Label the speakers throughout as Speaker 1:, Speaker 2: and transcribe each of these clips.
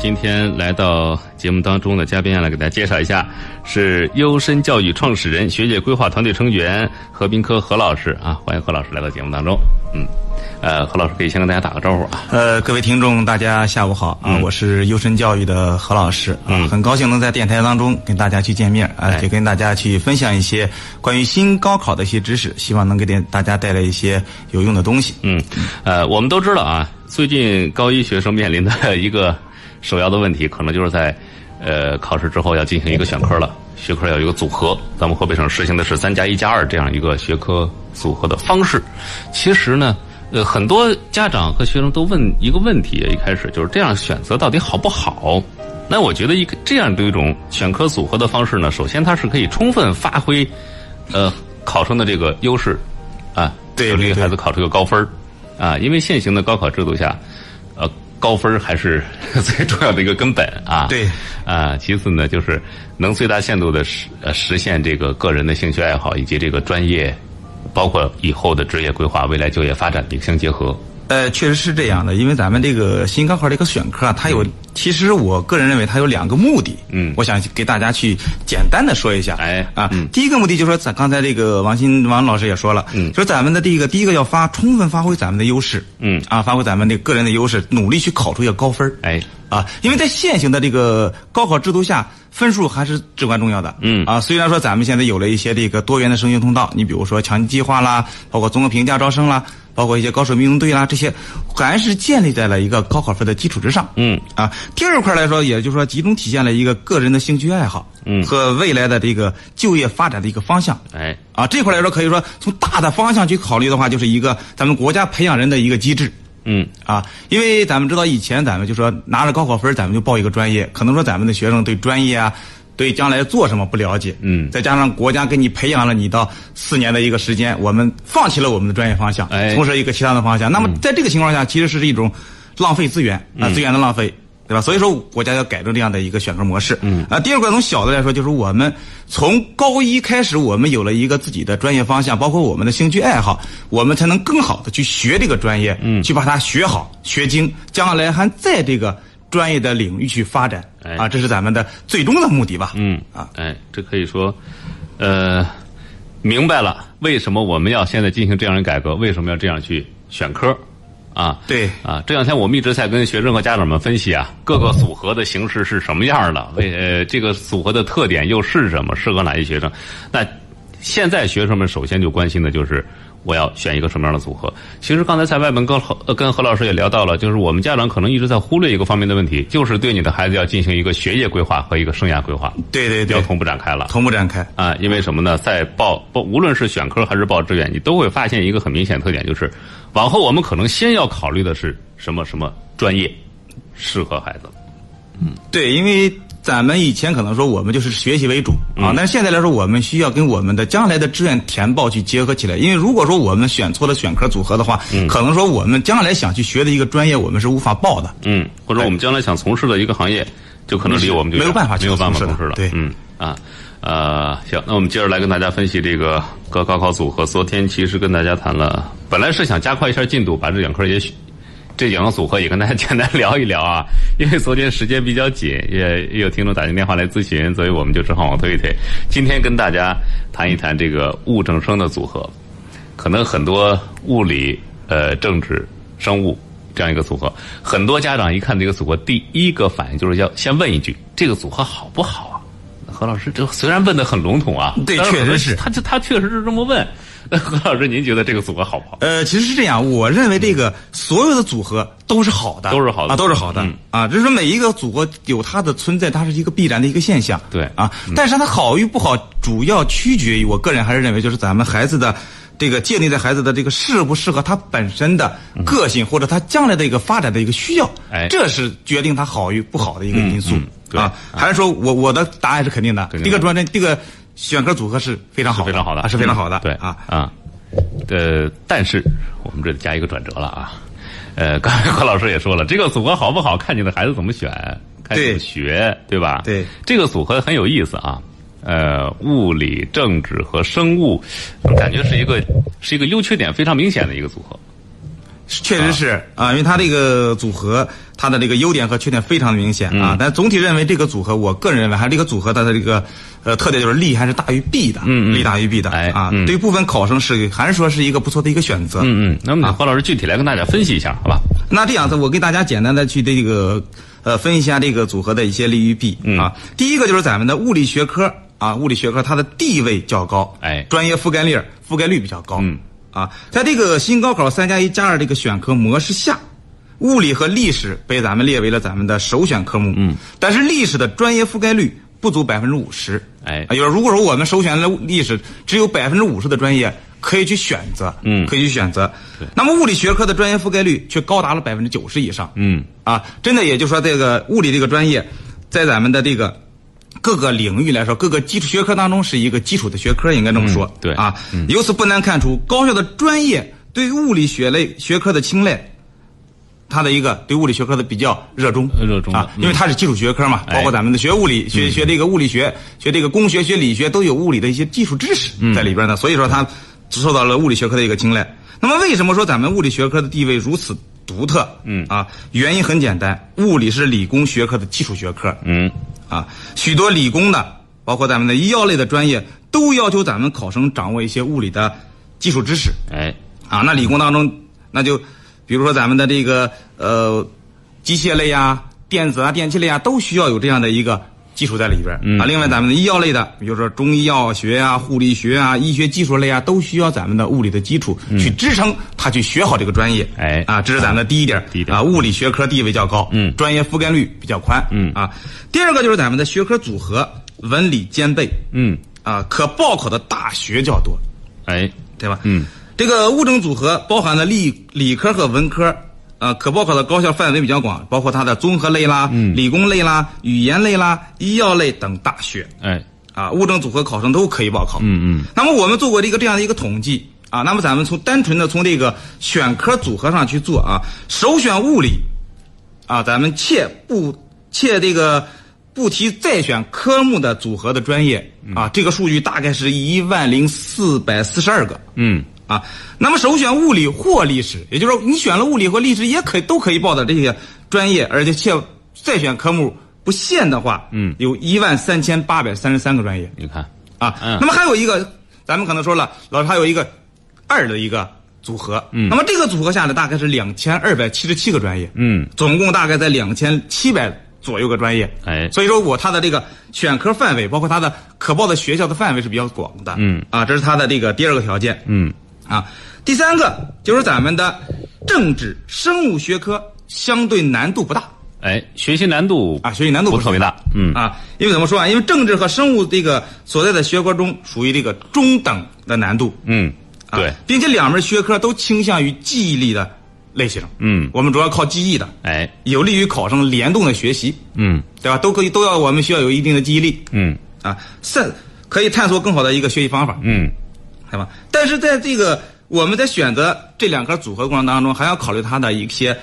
Speaker 1: 今天来到节目当中的嘉宾啊，来给大家介绍一下，是优深教育创始人、学界规划团队成员何斌科何老师啊，欢迎何老师来到节目当中。嗯，呃，何老师可以先跟大家打个招呼啊。
Speaker 2: 呃，各位听众，大家下午好
Speaker 1: 嗯
Speaker 2: 啊！我是优深教育的何老师啊，很高兴能在电台当中跟大家去见面啊，
Speaker 1: 哎
Speaker 2: 也跟大家去分享一些关于新高考的一些知识，希望能给点大家带来一些有用的东西。
Speaker 1: 嗯，呃，我们都知道啊，最近高一学生面临的一个首要的问题，可能就是在呃考试之后要进行一个选科了，学科要有一个组合。咱们河北省实行的是三加一加二这样一个学科组合的方式。其实呢，呃，很多家长和学生都问一个问题，一开始就是这样选择到底好不好？那我觉得一个这样的一种选科组合的方式呢，首先它是可以充分发挥，呃，考生的这个优势，啊，
Speaker 2: 对
Speaker 1: 就
Speaker 2: 对
Speaker 1: 令
Speaker 2: 对
Speaker 1: 孩子考出个高分儿啊，因为现行的高考制度下，呃，高分儿还是 最重要的一个根本啊。
Speaker 2: 对，
Speaker 1: 啊，其次呢，就是能最大限度的实呃实现这个个人的兴趣爱好以及这个专业，包括以后的职业规划、未来就业发展的一个相结合。
Speaker 2: 呃，确实是这样的，因为咱们这个新高考这个选科啊，它有，其实我个人认为它有两个目的。
Speaker 1: 嗯
Speaker 2: 我想给大家去简单的说一下。
Speaker 1: 哎
Speaker 2: 啊，第一个目的就是说，咱刚才这个王新王老师也说了，
Speaker 1: 嗯
Speaker 2: 说咱们的这个第一个要发充分发挥咱们的优势，
Speaker 1: 嗯
Speaker 2: 啊，发挥咱们这个个人的优势，努力去考出一个高分儿
Speaker 1: 哎，
Speaker 2: 啊，因为在现行的这个高考制度下，分数还是至关重要的。
Speaker 1: 嗯
Speaker 2: 啊，虽然说咱们现在有了一些这个多元的升学通道，你比如说强基计划啦，包括综合评价招生啦，包括一些高水民用队啦，这些还是建立在了一个高考分的基础之上。
Speaker 1: 嗯
Speaker 2: 啊，第二块来说，也就是说集中体现了一个个人的兴趣爱好，
Speaker 1: 嗯
Speaker 2: 和未来的这个就业发展的一个方向。
Speaker 1: 哎，
Speaker 2: 啊，这块来说，可以说从大的方向去考虑的话，就是一个咱们国家培养人的一个机制。
Speaker 1: 嗯，
Speaker 2: 啊，因为咱们知道以前咱们就说拿着高考分儿，咱们就报一个专业，可能说咱们的学生对专业啊，对将来做什么不了解，
Speaker 1: 嗯
Speaker 2: 再加上国家给你培养了你到四年的一个时间，我们放弃了我们的专业方向，
Speaker 1: 哎
Speaker 2: 从事一个其他的方向。那么
Speaker 1: 嗯
Speaker 2: 在这个情况下，其实是一种浪费资源啊，资源的浪费。对吧？所以说，国家要改正这样的一个选科模式。嗯，啊，第二个从小的来说，就是我们从高一开始，我们有了一个自己的专业方向，包括我们的兴趣爱好，我们才能更好的去学这个专业，嗯，去把它学好、学精，将来还在这个专业的领域去发展。
Speaker 1: 哎
Speaker 2: 啊，这是咱们的最终的目的吧？
Speaker 1: 嗯
Speaker 2: 啊，
Speaker 1: 哎，这可以说，呃，明白了为什么我们要现在进行这样的改革，为什么要这样去选科，啊，
Speaker 2: 对
Speaker 1: 啊，这两天我们一直在跟学生和家长们分析啊，各个组合的形式是什么样的，为呃这个组合的特点又是什么，适合哪些学生？那现在学生们首先就关心的就是我要选一个什么样的组合。其实刚才在外面跟何呃跟何老师也聊到了，就是我们家长可能一直在忽略一个方面的问题，就是对你的孩子要进行一个学业规划和一个生涯规划，
Speaker 2: 对对
Speaker 1: 要
Speaker 2: 对，
Speaker 1: 同步展开了。
Speaker 2: 同步展开。
Speaker 1: 啊，因为什么呢？在报不无论是选科还是报志愿，你都会发现一个很明显的特点，就是往后我们可能先要考虑的是什么什么专业适合孩子。
Speaker 2: 对，因为咱们以前可能说我们就是学习为主啊，但是现在来说，我们需要跟我们的将来的志愿填报去结合起来。因为如果说我们选错了选科组合的话，可能说我们将来想去学的一个专业，我们是无法报的。
Speaker 1: 嗯，或者我们将来想从事的一个行业，就可能离我们就
Speaker 2: 哎没有
Speaker 1: 远
Speaker 2: 办法去
Speaker 1: 没有办法
Speaker 2: 从
Speaker 1: 从事
Speaker 2: 事了
Speaker 1: 了。
Speaker 2: 对
Speaker 1: 嗯啊，呃，行，那我们接着来跟大家分析这个高高考组合。昨天其实跟大家谈了，本来是想加快一下进度，把这两科也许。这两个组合也跟大家简单聊一聊啊，因为昨天时间比较紧，也也有听众打进电话来咨询，所以我们就只好往后推一推。今天跟大家谈一谈这个物证生的组合，可能很多物理、呃政治、生物这样一个组合，很多家长一看这个组合，第一个反应就是要先问一句：这个组合好不好啊？何老师，这虽然问的很笼统啊，
Speaker 2: 对
Speaker 1: 但
Speaker 2: 确实是
Speaker 1: 他就他确实是这么问。 那何老师，您觉得这个组合好不好？
Speaker 2: 呃，其实是这样，我认为这个所有的组合都是好的，
Speaker 1: 都是好的
Speaker 2: 啊，都是好的、
Speaker 1: 嗯
Speaker 2: 啊。就是说每一个组合有它的存在，它是一个必然的一个现象，
Speaker 1: 对嗯
Speaker 2: 啊。但是它好与不好，主要取决于我个人还是认为，就是咱们孩子的这个建立在孩子的这个适不适合他本身的个性，或者他将来的一个发展的一个需要，
Speaker 1: 嗯哎
Speaker 2: 这是决定他好与不好的一个因素、
Speaker 1: 嗯嗯对
Speaker 2: 啊。还是说我我的答案是肯定的，
Speaker 1: 肯定的
Speaker 2: 这个专这这个选科组合是非常好
Speaker 1: 是非
Speaker 2: 的，
Speaker 1: 常好的，
Speaker 2: 啊是非常好的，
Speaker 1: 嗯对
Speaker 2: 啊。
Speaker 1: 啊，呃，但是我们这里加一个转折了啊。呃，刚才何老师也说了，这个组合好不好，看你的孩子怎么选，看你怎么
Speaker 2: 对
Speaker 1: 学，对吧？
Speaker 2: 对，
Speaker 1: 这个组合很有意思啊。呃，物理、政治和生物，感觉是一个是一个优缺点非常明显的一个组合。
Speaker 2: 确实是啊，因为它这个组合，它的这个优点和缺点非常的明显
Speaker 1: 嗯
Speaker 2: 啊。但总体认为这个组合，我个人认为还是这个组合它的这个呃特点就是利还是大于弊的，利大于弊的
Speaker 1: 哎
Speaker 2: 啊。
Speaker 1: 嗯
Speaker 2: 对于部分考生是还是说是一个不错的一个选择。
Speaker 1: 嗯嗯，那
Speaker 2: 啊
Speaker 1: 么黄老师具体来跟大家分析一下，好吧？
Speaker 2: 那这样子，我给大家简单的去这个呃分析一下这个组合的一些利与弊啊。第一个就是咱们的物理学科啊，物理学科它的地位较高，
Speaker 1: 哎
Speaker 2: 专业覆盖率覆盖率比较高，嗯啊，在这个新高考三加一加二这个选科模式下。物理和历史被咱们列为了咱们的首选科目，嗯，但是历史的专业覆盖率不足百分之五十，
Speaker 1: 哎
Speaker 2: 啊，就是如果说我们首选了历史，只有百分之五十的专业可以去选择，
Speaker 1: 嗯
Speaker 2: 可以去选择。那么物理学科的专业覆盖率却高达了百分之九十以上，
Speaker 1: 嗯，
Speaker 2: 啊，真的也就是说，这个物理这个专业，在咱们的这个各个领域来说，各个基础学科当中是一个基础的学科，应该这么说，
Speaker 1: 嗯对
Speaker 2: 啊，由此不难看出，高校的专业对于物理学类学科的青睐。它的一个对物理学科的比较热衷，
Speaker 1: 热衷的
Speaker 2: 啊，
Speaker 1: 嗯
Speaker 2: 因为它是基础学科嘛，
Speaker 1: 哎
Speaker 2: 包括咱们的学物理、学学这个物理学、学这个工学、学理学都有物理的一些基础知识
Speaker 1: 嗯
Speaker 2: 在里边呢，所以说它受到了物理学科的一个青睐。那么为什么说咱们物理学科的地位如此独特？嗯啊，原因很简单，物理是理工学科的基础学科，
Speaker 1: 嗯，
Speaker 2: 啊，许多理工的，包括咱们的医药类的专业，都要求咱们考生掌握一些物理的基础知识。
Speaker 1: 哎，
Speaker 2: 啊，那理工当中，那就比如说咱们的这个呃机械类啊、电子啊、电器类啊，都需要有这样的一个基础在里边儿、
Speaker 1: 嗯
Speaker 2: 啊。另外，咱们的医药类的，比如说中医药学啊、护理学啊、医学技术类啊，都需要咱们的物理的基础、去支撑他去学好这个专业。
Speaker 1: 嗯哎
Speaker 2: 啊，这是咱们的第一点儿。
Speaker 1: 第一点
Speaker 2: 啊，物理学科地位较高，
Speaker 1: 嗯
Speaker 2: 专业覆盖率比较宽，
Speaker 1: 嗯
Speaker 2: 啊。第二个就是咱们的学科组合文理兼备，
Speaker 1: 嗯，
Speaker 2: 啊，可报考的大学较多。
Speaker 1: 哎，
Speaker 2: 对吧？
Speaker 1: 嗯，
Speaker 2: 这个物证组合包含了理理科和文科，呃，可报考的高校范围比较广，包括它的综合类啦、
Speaker 1: 嗯
Speaker 2: 理工类啦、语言类啦、医药类等大学
Speaker 1: 哎，
Speaker 2: 啊，物证组合考生都可以报考。
Speaker 1: 嗯嗯，
Speaker 2: 那么我们做过这个这样的一个统计啊，那么咱们从单纯的从这个选科组合上去做啊，首选物理啊，咱们切不切这个不提再选科目的组合的专业
Speaker 1: 嗯
Speaker 2: 啊，这个数据大概是一万零四百四十二个。
Speaker 1: 嗯，
Speaker 2: 啊，那么首选物理或历史，也就是说你选了物理和历史也可以都可以报的这些专业，而且且再选科目不限的话，嗯，有一万三千八百三十三个专业
Speaker 1: 你看，
Speaker 2: 啊。
Speaker 1: 嗯
Speaker 2: 那么还有一个，咱们可能说了，老师还有一个二的一个组合，嗯，那么这个组合下呢，大概是两千二百七十七个专业，
Speaker 1: 嗯，
Speaker 2: 总共大概在两千七百左右个专业。
Speaker 1: 哎
Speaker 2: 所以说我它的这个选科范围，包括它的可报的学校的范围是比较广的。
Speaker 1: 嗯，
Speaker 2: 啊，这是它的这个第二个条件。
Speaker 1: 嗯，
Speaker 2: 啊，第三个就是咱们的政治生物学科相对难度不大
Speaker 1: 哎，学习难度
Speaker 2: 啊，学习难度
Speaker 1: 不
Speaker 2: 不是
Speaker 1: 特别大，嗯，
Speaker 2: 啊，因为怎么说啊？因为政治和生物这个所在的学科中属于这个中等的难度，
Speaker 1: 嗯，
Speaker 2: 啊、
Speaker 1: 对，，
Speaker 2: 并且两门学科都倾向于记忆力的类型，
Speaker 1: 嗯，
Speaker 2: 我们主要靠记忆的，
Speaker 1: 哎，
Speaker 2: 有利于考生联动的学习，
Speaker 1: 嗯
Speaker 2: 对吧？都可以都要我们需要有一定的记忆力
Speaker 1: 嗯
Speaker 2: 啊，三可以探索更好的一个学习方法，
Speaker 1: 嗯，
Speaker 2: 对吧？但是在这个我们在选择这两科组合过程当中，还要考虑它的一些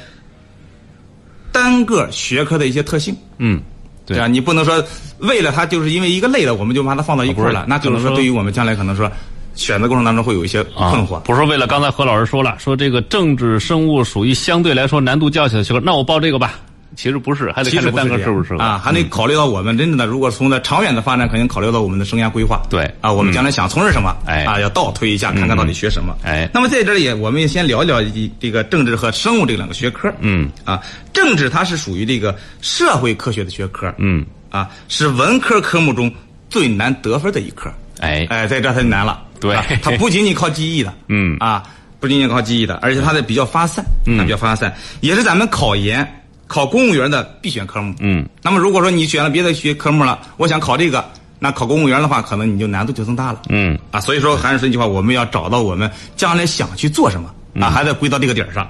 Speaker 2: 单个学科的一些特性，
Speaker 1: 嗯，对
Speaker 2: 吧？你不能说为了它就是因为一个类的，我们就把它放到一块儿
Speaker 1: 啊
Speaker 2: 了，
Speaker 1: 不是
Speaker 2: 那就是
Speaker 1: 可能
Speaker 2: 说
Speaker 1: 说
Speaker 2: 对于我们将来可能说选择过程当中会有一些
Speaker 1: 啊
Speaker 2: 困惑。
Speaker 1: 不是为了刚才何老师说了，说这个政治生物属于相对来说难度较小的学科，那我报这个吧。其实不是，还得
Speaker 2: 其
Speaker 1: 看这
Speaker 2: 实不是
Speaker 1: 单科
Speaker 2: 这样
Speaker 1: 是不是合
Speaker 2: 啊，还得考虑到我们真正的，如果从的长远的发展，肯定考虑到我们的生涯规划。
Speaker 1: 对
Speaker 2: 啊，我们将来想从事什么，
Speaker 1: 哎
Speaker 2: 啊，要倒推一下，看看到底学什么。
Speaker 1: 哎
Speaker 2: 那么在这里也，我们也先聊一聊一这个政治和生物这两个学科。
Speaker 1: 嗯，
Speaker 2: 啊，政治它是属于这个社会科学的学科。
Speaker 1: 嗯，
Speaker 2: 啊，是文科科目中最难得分的一科。
Speaker 1: 哎，
Speaker 2: 哎，在这儿它就难了。
Speaker 1: 对
Speaker 2: 啊它不仅仅靠记忆的，
Speaker 1: 嗯
Speaker 2: 啊，不仅仅靠记忆的，而且它的比较发散，嗯，比较发散，也是咱们考研、考公务员的必选科目。
Speaker 1: 嗯，
Speaker 2: 那么如果说你选了别的学科目了，我想考这个，那考公务员的话，可能你就难度就增大了。
Speaker 1: 嗯，
Speaker 2: 啊，所以说还是那句话，我们要找到我们将来想去做什么
Speaker 1: 嗯
Speaker 2: 啊，还得归到这个点儿上。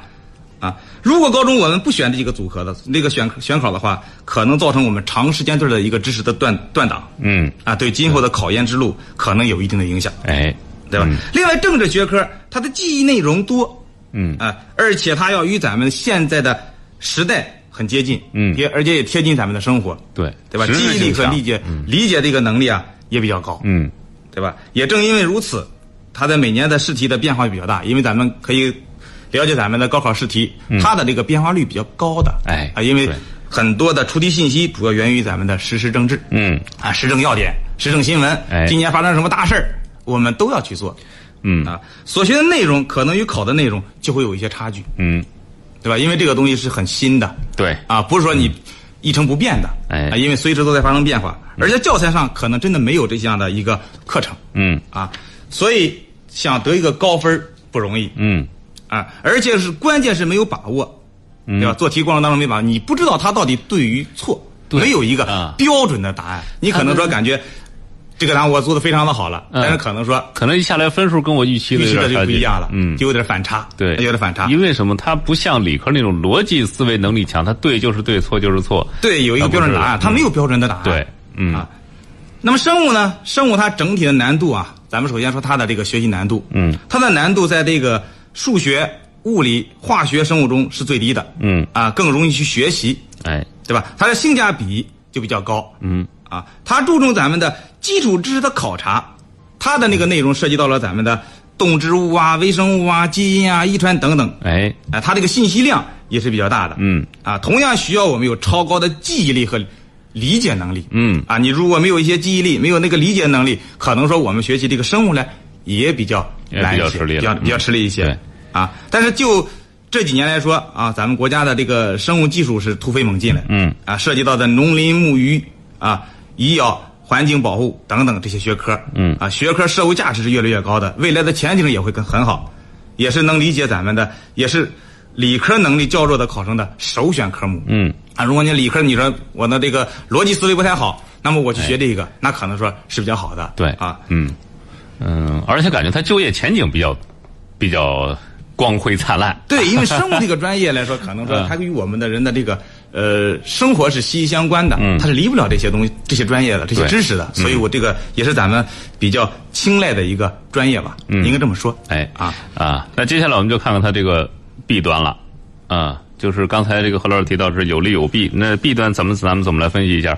Speaker 2: 啊，如果高中我们不选这几个组合的那个选选考的话，可能造成我们长时间对的一个知识的断断档。
Speaker 1: 嗯，
Speaker 2: 啊，对今后的考研之路可能有一定的影响，
Speaker 1: 哎，
Speaker 2: 对吧？另外，政治学科它的记忆内容多，嗯啊，而且它要与咱们现在的时代很接近，
Speaker 1: 嗯
Speaker 2: 也而且也贴近咱们的生活，
Speaker 1: 对，
Speaker 2: 对吧？
Speaker 1: 实
Speaker 2: 记
Speaker 1: 质
Speaker 2: 忆力
Speaker 1: 性
Speaker 2: 和
Speaker 1: 强
Speaker 2: 理解、理解这个能力啊也比较高，
Speaker 1: 嗯，
Speaker 2: 对吧？也正因为如此，它在每年的试题的变化也比较大，因为咱们可以了解咱们的高考试题，它的这个变化率比较高的，
Speaker 1: 嗯哎
Speaker 2: 啊，因为
Speaker 1: 对
Speaker 2: 很多的出题信息主要源于咱们的时事政治，
Speaker 1: 嗯
Speaker 2: 啊，时政要点、时政新闻，
Speaker 1: 哎
Speaker 2: 今年发生什么大事儿，我们都要去做，
Speaker 1: 嗯
Speaker 2: 啊，所学的内容可能与考的内容就会有一些差距，
Speaker 1: 嗯，
Speaker 2: 对吧？因为这个东西是很新的，
Speaker 1: 对，
Speaker 2: 啊，不是说你一成不变的，
Speaker 1: 嗯哎
Speaker 2: 啊，因为随时都在发生变化，而且教材上可能真的没有这样的一个课程
Speaker 1: 嗯
Speaker 2: 啊，所以想得一个高分儿不容易
Speaker 1: 嗯
Speaker 2: 啊，而且是关键是没有把握，
Speaker 1: 嗯
Speaker 2: 对吧？做题过程当中没把握，你不知道它到底对与错，
Speaker 1: 对
Speaker 2: 没有一个
Speaker 1: 啊
Speaker 2: 标准的答案，你可能说感觉这个答案我做的非常的好了，
Speaker 1: 嗯
Speaker 2: 但是可能说
Speaker 1: 可能一下来分数跟我预期的
Speaker 2: 预
Speaker 1: 有
Speaker 2: 期
Speaker 1: 点
Speaker 2: 的就
Speaker 1: 差
Speaker 2: 不
Speaker 1: 距
Speaker 2: 一样了，
Speaker 1: 嗯，
Speaker 2: 就有点反差，
Speaker 1: 对，
Speaker 2: 有点反差，
Speaker 1: 因为什么？它不像理科那种逻辑思维能力强，它对就是对，错就是错。
Speaker 2: 对，有一个标准答
Speaker 1: 啊
Speaker 2: 案，
Speaker 1: 不是
Speaker 2: 它没有标准的答案。
Speaker 1: 对嗯
Speaker 2: 啊。那么生物呢？生物它整体的难度啊，咱们首先说它的这个学习难度，
Speaker 1: 嗯，
Speaker 2: 它的难度在这个数学、物理、化学、生物中是最低的，
Speaker 1: 嗯，
Speaker 2: 啊，更容易去学习，
Speaker 1: 哎，
Speaker 2: 对吧？它的性价比就比较高，
Speaker 1: 嗯，
Speaker 2: 啊，它注重咱们的基础知识的考察，它的那个内容涉及到了咱们的动植物啊、微生物啊、基因啊、遗传等等，
Speaker 1: 哎，
Speaker 2: 啊，它这个信息量也是比较大的。
Speaker 1: 嗯，
Speaker 2: 啊，同样需要我们有超高的记忆力和理解能力。
Speaker 1: 嗯
Speaker 2: 啊，你如果没有一些记忆力，没有那个理解能力，可能说我们学习这个生物呢也比较
Speaker 1: 也
Speaker 2: 难
Speaker 1: 比
Speaker 2: 一
Speaker 1: 较
Speaker 2: 些，
Speaker 1: 吃力了
Speaker 2: 比较
Speaker 1: 嗯
Speaker 2: 比较吃力一些。
Speaker 1: 对
Speaker 2: 啊，但是就这几年来说啊，咱们国家的这个生物技术是突飞猛进的。
Speaker 1: 嗯，
Speaker 2: 啊，涉及到的农林牧渔啊、医药。环境保护等等这些学科，
Speaker 1: 嗯
Speaker 2: 啊，学科社会价值是越来越高的，未来的前景也会更很好。也是能理解咱们的，也是理科能力较弱的考生的首选科目。
Speaker 1: 嗯
Speaker 2: 啊，如果你理科，你说我的这个逻辑思维不太好，那么我去学这个，那可能说是比较好的。
Speaker 1: 哎对
Speaker 2: 啊，
Speaker 1: 嗯嗯，而且感觉它就业前景比较比较光辉灿烂。
Speaker 2: 对，因为生物这个专业来说，可能
Speaker 1: 嗯
Speaker 2: 说它与我们的人的这个呃生活是息息相关的，它是离不了这些东西、这些专业的、这些
Speaker 1: 嗯对嗯
Speaker 2: 知识的，所以我这个也是咱们比较青睐的一个专业吧，应该这么说。
Speaker 1: 哎
Speaker 2: 啊
Speaker 1: 啊，那接下来我们就看看它这个弊端了，啊，就是刚才这个何老师提到是有利有弊，那弊端咱们咱们怎么来分析一下？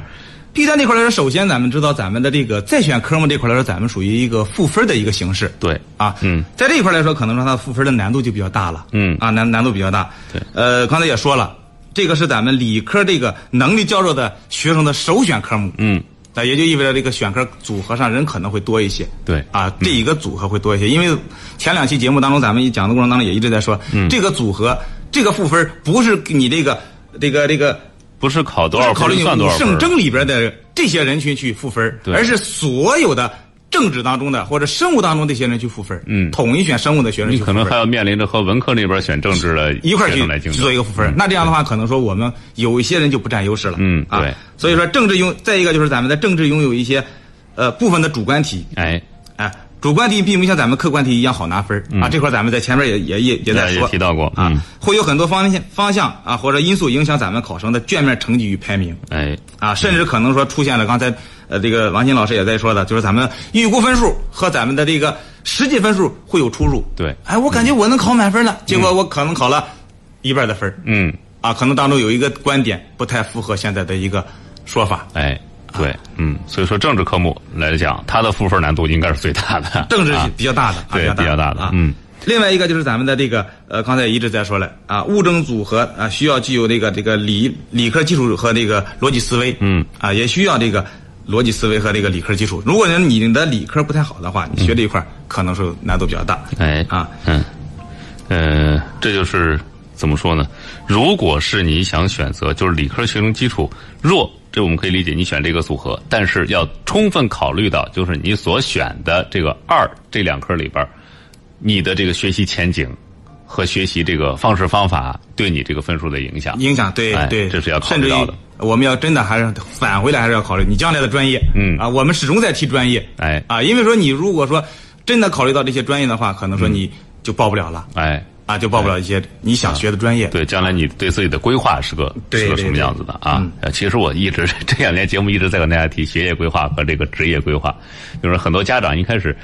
Speaker 2: B 端这块来说，首先咱们知道咱们的这个在选科目这块来说，咱们属于一个赋分的一个形式。
Speaker 1: 对，
Speaker 2: 啊，
Speaker 1: 嗯，
Speaker 2: 在这一块来说，可能说它的赋分的难度就比较大了，
Speaker 1: 嗯
Speaker 2: 啊，难难度比较大。
Speaker 1: 对，
Speaker 2: 呃，刚才也说了，这个是咱们理科这个能力较弱的学生的首选科目，
Speaker 1: 嗯，
Speaker 2: 那也就意味着这个选科组合上人可能会多一些，
Speaker 1: 对嗯
Speaker 2: 啊，这一个组合会多一些，因为前两期节目当中咱们讲的过程当中也一直在说，
Speaker 1: 嗯
Speaker 2: 这个组合这个赋分不是你这个这个这个。
Speaker 1: 不是考
Speaker 2: 不
Speaker 1: 多
Speaker 2: 是
Speaker 1: 少
Speaker 2: 考
Speaker 1: 分
Speaker 2: 虑
Speaker 1: 儿
Speaker 2: 你
Speaker 1: 算多
Speaker 2: 五
Speaker 1: 少分
Speaker 2: 圣
Speaker 1: 儿，
Speaker 2: 争里边的这些人群去赋分儿，
Speaker 1: 对
Speaker 2: 而是所有的政治当中的或者生物当中这些人去赋分，嗯，统一选生物的学生
Speaker 1: 你
Speaker 2: 去
Speaker 1: 可
Speaker 2: 赋
Speaker 1: 能
Speaker 2: 分
Speaker 1: 还
Speaker 2: 儿。
Speaker 1: 要面临着和文科那边选政治的
Speaker 2: 一块儿
Speaker 1: 学
Speaker 2: 去
Speaker 1: 生来竞
Speaker 2: 去
Speaker 1: 争
Speaker 2: 做一个赋分儿，那这样的话，可能说我们有一些人就不占优势了。
Speaker 1: 嗯
Speaker 2: 啊
Speaker 1: 对，
Speaker 2: 所以说政治拥，再一个就是咱们的政治拥有一些，呃，部分的主观题，
Speaker 1: 哎，
Speaker 2: 哎，主观题并不像咱们客观题一样好拿分儿、啊。这块儿咱们在前面也也也也在
Speaker 1: 嗯对也
Speaker 2: 说
Speaker 1: 提到过
Speaker 2: 啊
Speaker 1: 嗯，
Speaker 2: 会有很多方向方向啊或者因素影响咱们考生的卷面成绩与排名。
Speaker 1: 哎，
Speaker 2: 啊，甚至可能说出现了刚才呃这个王鑫老师也在说的，就是咱们预估分数和咱们的这个实际分数会有出入。
Speaker 1: 对
Speaker 2: 哎，我感觉我能考满分了，结果我可能考了一半的分儿
Speaker 1: 嗯，
Speaker 2: 啊，可能当中有一个观点不太符合现在的一个说法。
Speaker 1: 哎，对，
Speaker 2: 啊
Speaker 1: 嗯，所以说政治科目来讲，它的赋分难度应该是最大的，
Speaker 2: 政治
Speaker 1: 啊
Speaker 2: 比较大的，啊
Speaker 1: 对
Speaker 2: 比
Speaker 1: 比较大的
Speaker 2: 啊
Speaker 1: 嗯。
Speaker 2: 另外一个就是咱们的这个呃，刚才也一直在说了啊，物证组合啊，需要具有这个这个理理科基础和这个逻辑思维，嗯，啊，也需要这个逻辑思维和这个理科基础。如果你的理科不太好的话，你学这一块儿可能是难度比较大。
Speaker 1: 哎
Speaker 2: 啊，
Speaker 1: 嗯，呃，这就是怎么说呢？如果是你想选择，就是理科学生基础弱，这我们可以理解，你选这个组合，但是要充分考虑到，就是你所选的这个二这两科里边儿，你的这个学习前景和学习这个方式方法对你这个分数的影响。
Speaker 2: 影响对
Speaker 1: 哎
Speaker 2: 对，
Speaker 1: 这是要考虑到的
Speaker 2: 甚至于我们要真的还是返回来，还是要考虑你将来的专业。
Speaker 1: 嗯
Speaker 2: 啊，我们始终在提专业。
Speaker 1: 哎
Speaker 2: 啊，因为说你如果说真的考虑到这些专业的话，可能说你就报不了了。
Speaker 1: 嗯哎，啊
Speaker 2: 啊，就报不了一些你想学的专业。
Speaker 1: 对，将来你对自己的规划是个
Speaker 2: 对
Speaker 1: 是个
Speaker 2: 对
Speaker 1: 什么
Speaker 2: 对嗯
Speaker 1: 样子的啊？呃其实我一直 这两年节目一直在跟大家提学业规划和这个职业规划，就是很多家长一开始，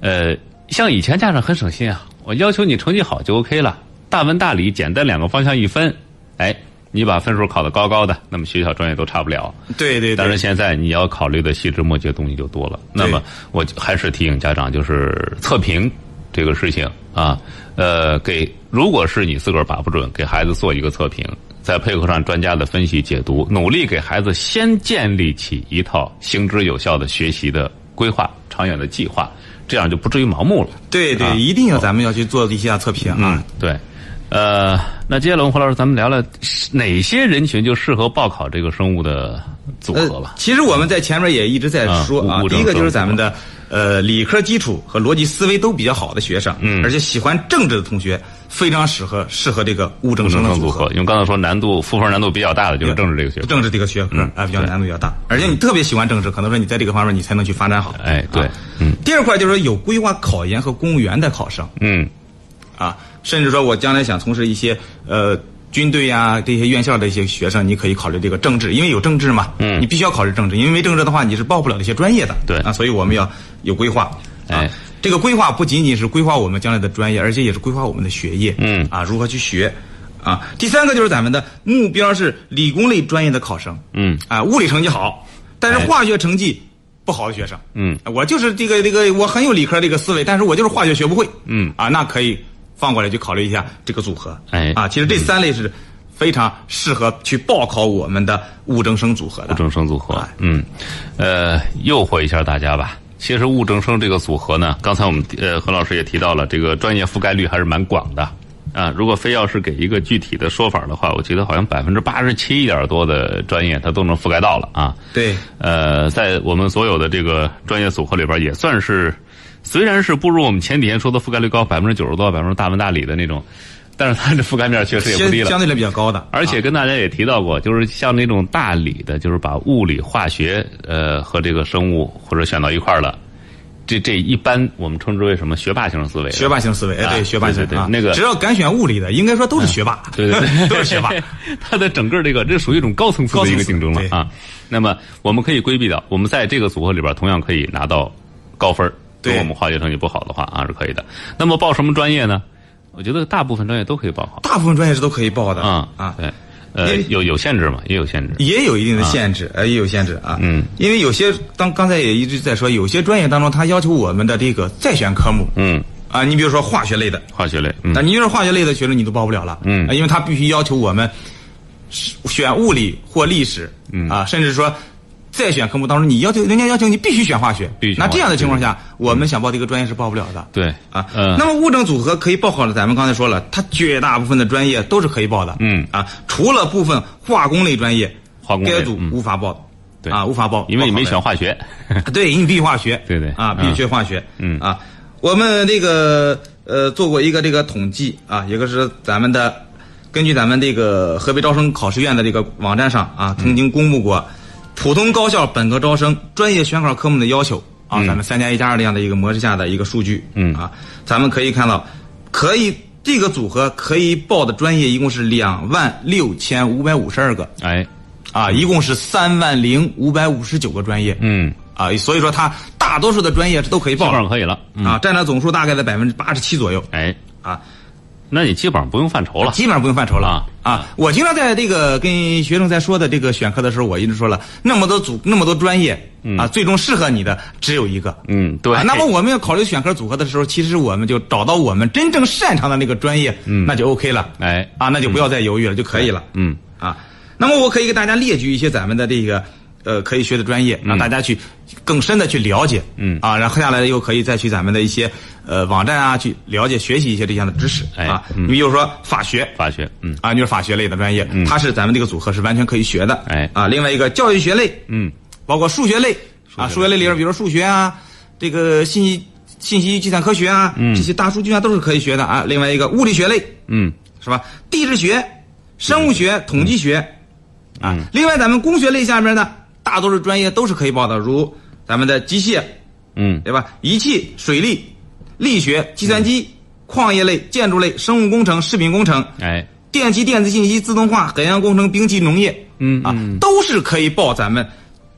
Speaker 1: 呃，像以前家长很省心啊，我要求你成绩好就 OK 了，大文大理简单两个方向一分，哎，你把分数考得高高的，那么学校专业都差不了。
Speaker 2: 对对对，
Speaker 1: 但是现在你要考虑的细枝末节东西就多了。那么我还是提醒家长，就是测评这个事情啊，呃，给如果是你自个儿把不准，给孩子做一个测评，再配合上专家的分析解读，努力给孩子先建立起一套行之有效的学习的规划、长远的计划，这样就不至于盲目了。
Speaker 2: 对
Speaker 1: 啊嗯
Speaker 2: 对，一定要咱们要去做一下测评啊。
Speaker 1: 对，呃，那接下来我们胡老师，咱们聊聊哪些人群就适合报考这个生物的组
Speaker 2: 呃
Speaker 1: 合吧？
Speaker 2: 其实我们在前面也一直在说
Speaker 1: 啊
Speaker 2: 啊
Speaker 1: 物物，
Speaker 2: 第
Speaker 1: 证
Speaker 2: 一个就是
Speaker 1: 证
Speaker 2: 咱们的呃理科基础和逻辑思维都比较好的学生，嗯，而且喜欢政治的同学非常适合适合这个物证生
Speaker 1: 生
Speaker 2: 的
Speaker 1: 成组
Speaker 2: 组
Speaker 1: 合
Speaker 2: 合，。
Speaker 1: 因为刚才说难度赋分难度比嗯较大的就是政治这个学科。
Speaker 2: 政治这个学科啊，比较难度比较大，而且你特别喜欢政治，可能说你在这个方面你才能去发展好。
Speaker 1: 嗯哎，对
Speaker 2: 啊，第二块就是说有规划考研和公务员的考生
Speaker 1: 嗯
Speaker 2: 啊，甚至说我将来想从事一些呃军队呀、这些院校的一些学生，你可以考虑这个政治，因为有政治嘛，嗯，你必须要考虑政治，因为没政治的话你是报不了这些专业的，
Speaker 1: 对
Speaker 2: 啊，所以我们要有规划。啊
Speaker 1: 哎，
Speaker 2: 这个规划不仅仅是规划我们将来的专业，而且也是规划我们的学业，
Speaker 1: 嗯
Speaker 2: 啊，如何去学。啊，第三个就是咱们的目标是理工类专业的考生，
Speaker 1: 嗯
Speaker 2: 啊，物理成绩好，但是化学成绩不好的学生，
Speaker 1: 哎
Speaker 2: 啊
Speaker 1: 嗯，
Speaker 2: 我就是这个这个我很有理科这个思维，但是我就是化学学不会，
Speaker 1: 嗯，
Speaker 2: 啊，那可以放过来去考虑一下这个组合，
Speaker 1: 哎
Speaker 2: 啊，其实这三类是非常适合去报考我们的物证生组合的
Speaker 1: 物，证生组合
Speaker 2: 哎，
Speaker 1: 嗯，呃，诱惑一下大家吧。其实物证生这个组合呢，刚才我们呃何老师也提到了，这个专业覆盖率还是蛮广的啊。如果非要是给一个具体的说法的话，我觉得好像百分之八十七点多的专业它都能覆盖到了啊。
Speaker 2: 对，
Speaker 1: 呃，在我们所有的这个专业组合里边，也算是虽然是不如我们前几天说的覆盖率高百分之九十多、百分之大文大理的那种，但是它的覆盖面确实也不
Speaker 2: 相
Speaker 1: 低了
Speaker 2: 相。对来比较高的，
Speaker 1: 而且跟大家也提到过，就是像那种大理的，就是把物理、化学，呃，和这个生物或者选到一块儿了，这这一般我们称之为什么学霸型思维？
Speaker 2: 学霸型思维，哎，
Speaker 1: 啊
Speaker 2: 对，学霸型
Speaker 1: 对对对
Speaker 2: 啊，
Speaker 1: 那个啊
Speaker 2: 只要敢选物理的，应该说都是学霸，
Speaker 1: 对对对，
Speaker 2: 都 是学霸，。
Speaker 1: 他的整个这个，这属于一种高层次的一个竞争了
Speaker 2: 高层次
Speaker 1: 啊。那么我们可以规避掉，我们在这个组合里边同样可以拿到高分儿如
Speaker 2: 对
Speaker 1: 果我们化学成绩不好的话啊，是可以的。那么报什么专业呢？我觉得大部分专业都可以报好
Speaker 2: 大部分专业是都可以报的
Speaker 1: 啊
Speaker 2: 啊，
Speaker 1: 对，呃，
Speaker 2: 因为
Speaker 1: 有有限制嘛，也有限制。
Speaker 2: 也有一定的
Speaker 1: 啊
Speaker 2: 限制，呃，也有限制啊。嗯，因为有些当刚才也一直在说，有些专业当中它要求我们的这个再选科目，
Speaker 1: 嗯，
Speaker 2: 啊，你比如说化学类的，
Speaker 1: 化学类，嗯
Speaker 2: 那、你就是化学类的学生你都报不了了，
Speaker 1: 嗯
Speaker 2: 啊因为它必须要求我们是选物理或历史，嗯啊，甚至说。再选科目当中，你要求人家要求你必须选化学，
Speaker 1: 必须选
Speaker 2: 那
Speaker 1: 化学
Speaker 2: 这样的情况下，我们想报这个专业是报不了的。
Speaker 1: 对
Speaker 2: 啊，
Speaker 1: 嗯
Speaker 2: 那么物证组合可以报考的，咱们刚才说了，它绝大部分的专业都是可以报的，
Speaker 1: 嗯
Speaker 2: 啊，除了部分化工类专业，
Speaker 1: 化工类
Speaker 2: 该组
Speaker 1: 嗯
Speaker 2: 无法报，
Speaker 1: 对
Speaker 2: 啊，无法报，
Speaker 1: 因为你没
Speaker 2: 报考
Speaker 1: 选化学，
Speaker 2: 的，对，因为必须化学，
Speaker 1: 对对
Speaker 2: 啊，
Speaker 1: 嗯
Speaker 2: 必须学化学，
Speaker 1: 嗯
Speaker 2: 啊，我们这个呃做过一个这个统计啊，一个是咱们的根据咱们这个河北招生考试院的这个网站上啊，
Speaker 1: 嗯
Speaker 2: 曾经公布过普通高校本科招生专业选考科目的要求啊，咱们三加一加二这样的一个模式下的一个数据，
Speaker 1: 嗯
Speaker 2: 啊，咱们可以看到，可以这个组合可以报的专业一共是两万六千五百五十二个
Speaker 1: 哎，
Speaker 2: 啊，一共是三万零五百五十九个专业，
Speaker 1: 嗯，
Speaker 2: 啊，所以说它大多数的专业都可以
Speaker 1: 基
Speaker 2: 报
Speaker 1: 本上可以了，嗯，
Speaker 2: 啊，占了总数大概在百分之八十七左右
Speaker 1: 哎，
Speaker 2: 啊，
Speaker 1: 那你基本上不用犯愁了，
Speaker 2: 基本上不用犯愁了啊。我经常在这个跟学生在说的这个选课的时候，我一直说了，那么多组那么多专业啊，最终适合你的只有一个。
Speaker 1: 嗯，对
Speaker 2: 啊，，那么我们要考虑选科组合的时候，其实我们就找到我们真正擅长的那个专业，那就 OK 了。
Speaker 1: 嗯哎
Speaker 2: 啊，那就不要再犹豫了，就可以了。
Speaker 1: 嗯
Speaker 2: 啊，那么我可以给大家列举一些咱们的这个呃可以学的专业，让大家去更深的去了解。
Speaker 1: 嗯
Speaker 2: 啊，然后下来又可以再去咱们的一些呃网站啊去了解学习一些这样的知识
Speaker 1: 哎
Speaker 2: 啊。
Speaker 1: 嗯
Speaker 2: 你比如说法学。
Speaker 1: 法学，嗯，
Speaker 2: 啊，就是法学类的专业，它是咱们这个组合是完全可以学的。
Speaker 1: 哎
Speaker 2: 啊，另外一个教育学类，
Speaker 1: 嗯，
Speaker 2: 包括数学类啊，数学类里边，比如说数学啊，这个信息信息计算科学啊，这些大数据啊都是可以学的啊。另外一个物理学类
Speaker 1: 嗯，
Speaker 2: 是吧？地质学、生物学、统计学啊。另外，咱们工学类下面呢，大多数专业都是可以报的，如咱们的机械，
Speaker 1: 嗯，
Speaker 2: 对吧？仪器、水利、力学、计算机、矿业类、建筑类、生物工程、食品工程。
Speaker 1: 哎，
Speaker 2: 电机、电子信息、自动化、海洋工程、兵器、农业，
Speaker 1: 嗯
Speaker 2: 啊，都是可以报咱们